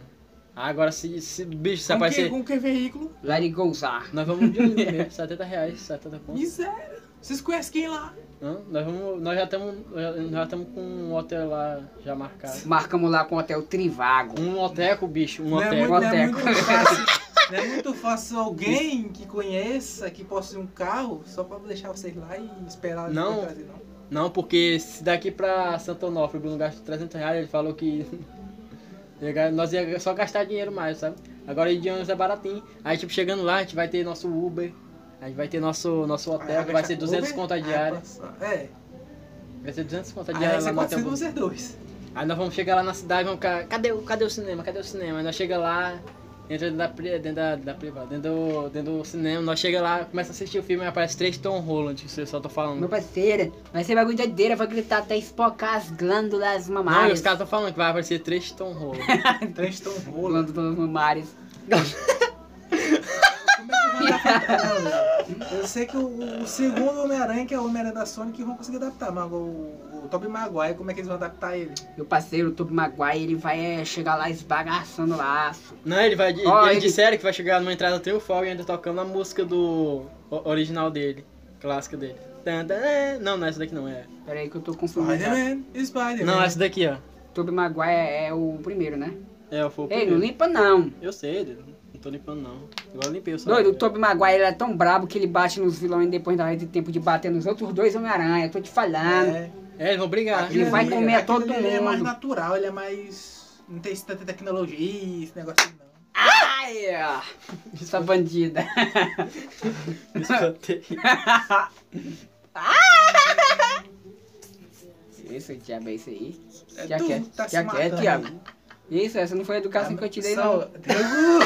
Ah, Agora, se, se bicho, se com, que, aparecer. com que veículo? Let it gozar. Nós vamos de ônibus mesmo, 70 reais, 70 pontos. Miséria. Vocês conhecem quem lá? Hã? Nós, vamos, nós já estamos já, já tamo com um hotel lá já marcado. Marcamos lá com o hotel Trivago. Um hoteco, bicho, um Não é, muito, hoteco. não é Boteco. muito fácil. Não é muito fácil alguém que conheça, que possui um carro, só pra deixar vocês lá e esperar Não. depois trazer, não. Não, porque se daqui pra um Santo Onofre o Bruno gasta 300 reais, ele falou que ia ga- nós ia só gastar dinheiro mais, sabe? Agora ir de ônibus é baratinho. Aí, tipo, chegando lá, a gente vai ter nosso Uber, a gente vai ter nosso, nosso Ah, hotel, que vai ser 200 conto a diária. É, Vai ser 200 conto a aí diária essa lá é no hotel. 400 vocês dois. Aí nós vamos chegar lá na cidade, vamos ficar, cadê, o- cadê o cinema, cadê o cinema? Aí nós chega lá, entra dentro da, pri- dentro da, da privada, dentro do, dentro do cinema, nós chega lá, começa a assistir o filme, aí aparece três Tom Holland, que eu só tô falando. Meu parceiro, vai ser bagulho de doideira, vai gritar até espocar as glândulas Não, e os mamárias. caras estão falando que vai aparecer três Tom Holland. Três estão rolando. Glândulas mamárias. Como é que vão adaptar? Eu sei que o, o segundo Homem-Aranha, que é o Homem-Aranha da Sony, que vão conseguir adaptar, mas o, o Tobey Maguire, como é que eles vão adaptar ele? Meu parceiro, o Tobey Maguire, ele vai é, chegar lá esbagaçando o laço. Não, ele vai. Ó, eles ele- disseram que vai chegar numa entrada triunfal e ainda tocando a música do. o- original dele. Clássica dele. Tan, tan, é. Não, não é essa daqui não, é. Pera aí que eu tô confundindo. cara. Spider-Man, Spider-Man. né? Não, essa daqui, ó. Tobey Maguire é o primeiro, né? É, eu fui o Ei, não primeiro. limpa não. Eu sei, Dedo. não tô limpando não. Agora eu limpei o Doido, o Tobey Maguire ele é tão brabo que ele bate nos vilões e depois dá de tempo de bater nos outros dois Homem-Aranha. Tô te falando. É. É, eles vão brigar. Ah, Ele vai comer aquele todo Ele é mais mundo. natural, ele é mais... Não tem tanta tecnologia, esse negócio assim, não. Ai, ó. Essa bandida. Me espantei. Isso, diabo, é isso aí. É Já tu quer, que tá já se quer, matando. Thiago. Isso, essa não foi a educação que eu te dei, É, Só- não.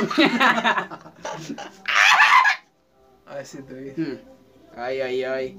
Ah, esse doido. Hum. Ai, ai, ai.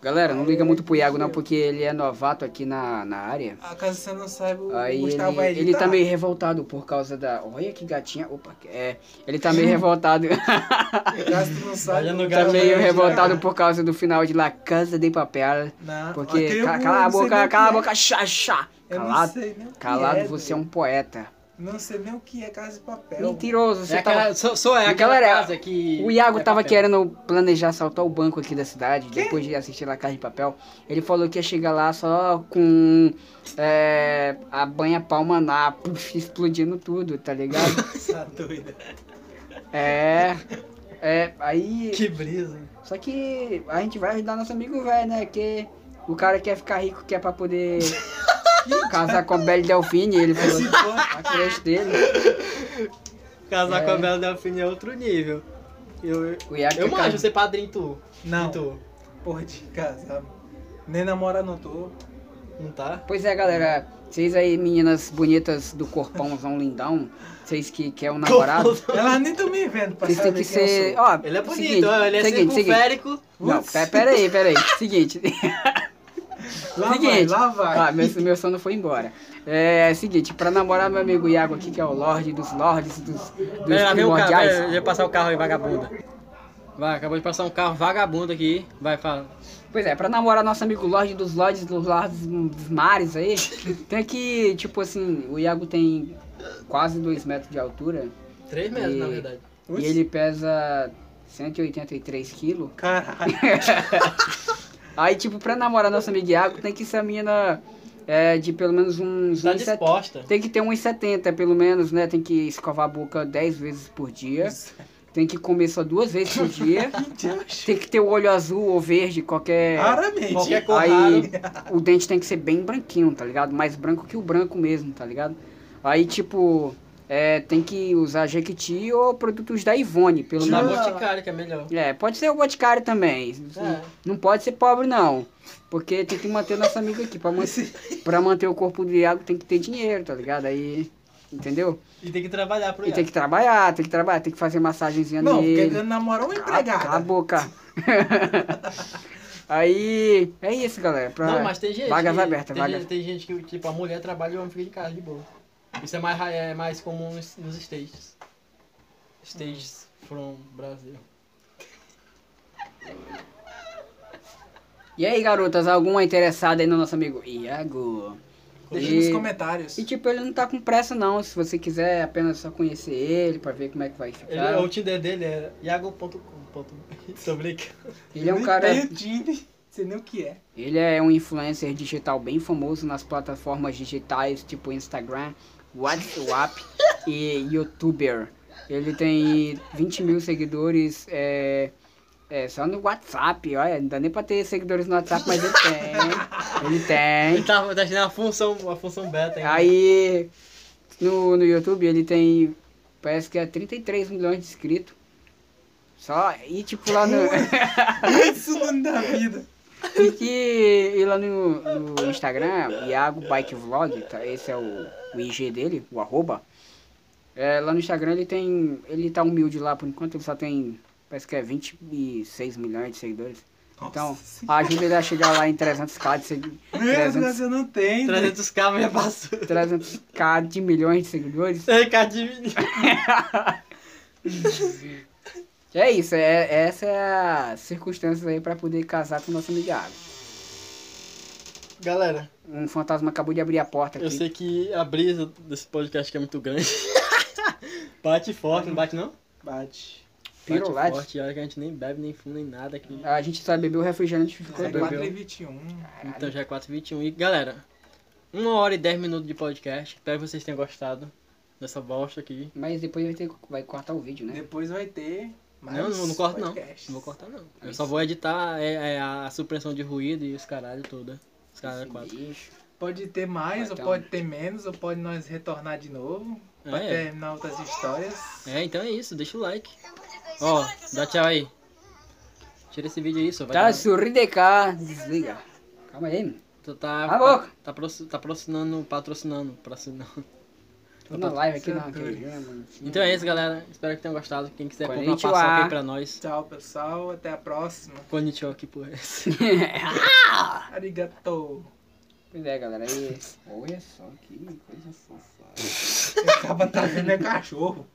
Galera, não liga muito pro Iago, não, porque ele é novato aqui na, na área. Ah, caso você não saiba, o Aí ele, Gustavo vai ele tá editar. meio revoltado por causa da. Olha que gatinha. Opa, é. Ele tá meio revoltado. Caso tu não saiba, Olha no o tá Gustavo vai meio editar. revoltado por causa do final de La Casa de Papel. Não, Porque. aquele ca- eu cala a não sei boca, nem o cala a que é. boca, chá, chá. Eu não Calado, sei nem o que calado, é, você é doido. um poeta. Não sei nem o que é casa de papel. Mentiroso, você É tava aquela, só, só é aquela Galera, casa que. O Iago é tava papel. querendo planejar assaltar o banco aqui da cidade, depois de assistir La Casa de Papel. Ele falou que ia chegar lá só com é, a banha palmaná, puf, explodindo tudo, tá ligado? Essa doida. É. É, aí. Que brisa. Só que a gente vai ajudar nosso amigo velho, né? Que o cara quer ficar rico, que é pra poder casar com a Belle Delfine, ele falou. A crush dele. Casar É. com a Bela Delfine é outro nível. Eu, eu, O Iago eu quer manjo casar- ser padrinho tu. Não, E tu? porra de casar. mano. Nem namorar não tô. Não tá? Pois é, galera. Vocês aí, meninas bonitas do corpãozão lindão, vocês que querem um namorado, Ela nem tá me vendo pra vocês têm saber que quem ser. eu sou. Ó, Ele é bonito, seguinte, ó, ele é seguinte, seguinte. circunférico. Não, pe- pera aí, pera aí. Seguinte. Lá vai, seguinte. lá vai. Ah, meu, meu sono foi embora. É, é seguinte, pra namorar meu amigo Iago aqui, que é o Lorde dos Lordes, dos, dos Pera, lá vem o é, carro, primordiais. pera, deixa eu passar o carro aí, vagabunda. Vai, acabou de passar um carro vagabundo aqui. Vai, fala. Pois é, pra namorar nosso amigo Lorde dos Lordes, dos Lordes dos Mares aí, tem que, tipo assim, o Iago tem quase 2 metros de altura. 3 metros, E- na verdade. Tá Ups. E ele pesa 183 quilos. Caralho. Aí, tipo, pra namorar nosso amigo Iago, tem que ser a menina é, de pelo menos uns Tá 1,70. disposta. Tem que ter uns 70, pelo menos, né? Tem que escovar a boca 10 vezes por dia. Tem que comer só duas vezes por dia. tem que ter o olho azul ou verde, qualquer. Raramente. Qualquer tá cor Aí raro. o dente tem que ser bem branquinho, tá ligado? Mais branco que o branco mesmo, tá ligado? Aí, tipo, é, tem que usar Jequiti ou produtos da Ivone, pelo Na menos. boticária, que é melhor. É, pode ser o Boticário também. É. Não pode ser pobre, não. Porque tem que manter nosso amigo aqui. Pra, man- pra manter o corpo do Iago tem que ter dinheiro, tá ligado? Aí. Entendeu? E tem que trabalhar pro E tem Iago. que trabalhar, tem que trabalhar, tem que fazer massagenzinha Não, porque nele. ele namorou um Cala- Cala a empregado. boca. Aí. É isso, galera. Pra... Não, mas tem gente. Vagas que- abertas, tem vagas. gente- Tem gente que, tipo, a mulher trabalha e o homem fica de casa, de boa. Isso é mais, ra- é mais comum nos, nos stages. Stages from Brasil. E aí, garotas, alguma interessada aí no nosso amigo Iago? Deixa E- nos comentários. E tipo, ele não tá com pressa não, se você quiser apenas só conhecer ele pra ver como é que vai ficar. Ele, o Tinder dele é iago.com. Ponto... Tô brincando. Ele é um Nem cara. tem o Tinder, sei nem o que é. Ele é um influencer digital bem famoso nas plataformas digitais tipo Instagram, WhatsApp e YouTuber. Ele tem 20 mil seguidores é, é, só no WhatsApp, olha, não dá nem pra ter seguidores no WhatsApp, mas ele tem. Ele Ele tem. tá testando a função, a função beta ainda. Aí no, no YouTube ele tem, parece que é 33 milhões de inscritos. Só, e tipo lá no... Isso não da vida. E que e lá no, no Instagram, Iago Bike Vlog, tá, esse é o, o IG dele, o arroba. É, lá no Instagram ele tem. Ele tá humilde lá por enquanto, ele só tem. Parece que é 26 milhões de seguidores. Então, Nossa ajuda ele a chegar lá em 300k de seguidores. Meu Deus, eu não tenho. 300 k é já passou. 300k de milhões de seguidores. Recadinho. É isso, é, essa é a circunstância aí pra poder casar com o nosso amigo Iago. Galera, Um fantasma acabou de abrir a porta aqui. eu sei que a brisa desse podcast aqui é muito grande. bate forte, não bate não? Bate. Bate Pirulete. forte, olha que a gente nem bebe, nem fuma, nem nada aqui. A gente só bebeu o refrigerante e ficou É Bebeu. doido. 4 e 21. Então já é 4h21. E galera, 1 hora e 10 minutos de podcast. Espero que vocês tenham gostado dessa bosta aqui. Mas depois vai, ter, vai cortar o vídeo, né? Depois vai ter. mais Não, não, não corto não. podcasts. Não vou cortar não. Eu Isso. só vou editar é, é, a supressão de ruído e os caralho toda. Os caralho é Esse quatro. bicho. Pode ter mais, Vai ou ter pode ter menos, ou pode nós retornar de novo. Pode um É, terminar outras histórias. é, então é isso. Deixa o like. Ó, dá tchau aí. Tira esse vídeo aí, só vai. Tá, dar- um- sorri de cá. Desliga. Calma aí. mano. Tu tá. Cala a boca. Tá, proci- tá patrocinando, patrocinando, patrocinando. Tô na live Tá aqui na Santo. aquele, né, mano? Então é isso, galera. Espero que tenham gostado. Quem quiser comprar uma Konnichiwa. paçoca aí pra nós. Tchau, pessoal. Até a próxima. Konnichiwa, que porra é essa? Arigato. Pois é, galera. aí- Olha só que coisa fofa. Acaba trazendo é cachorro.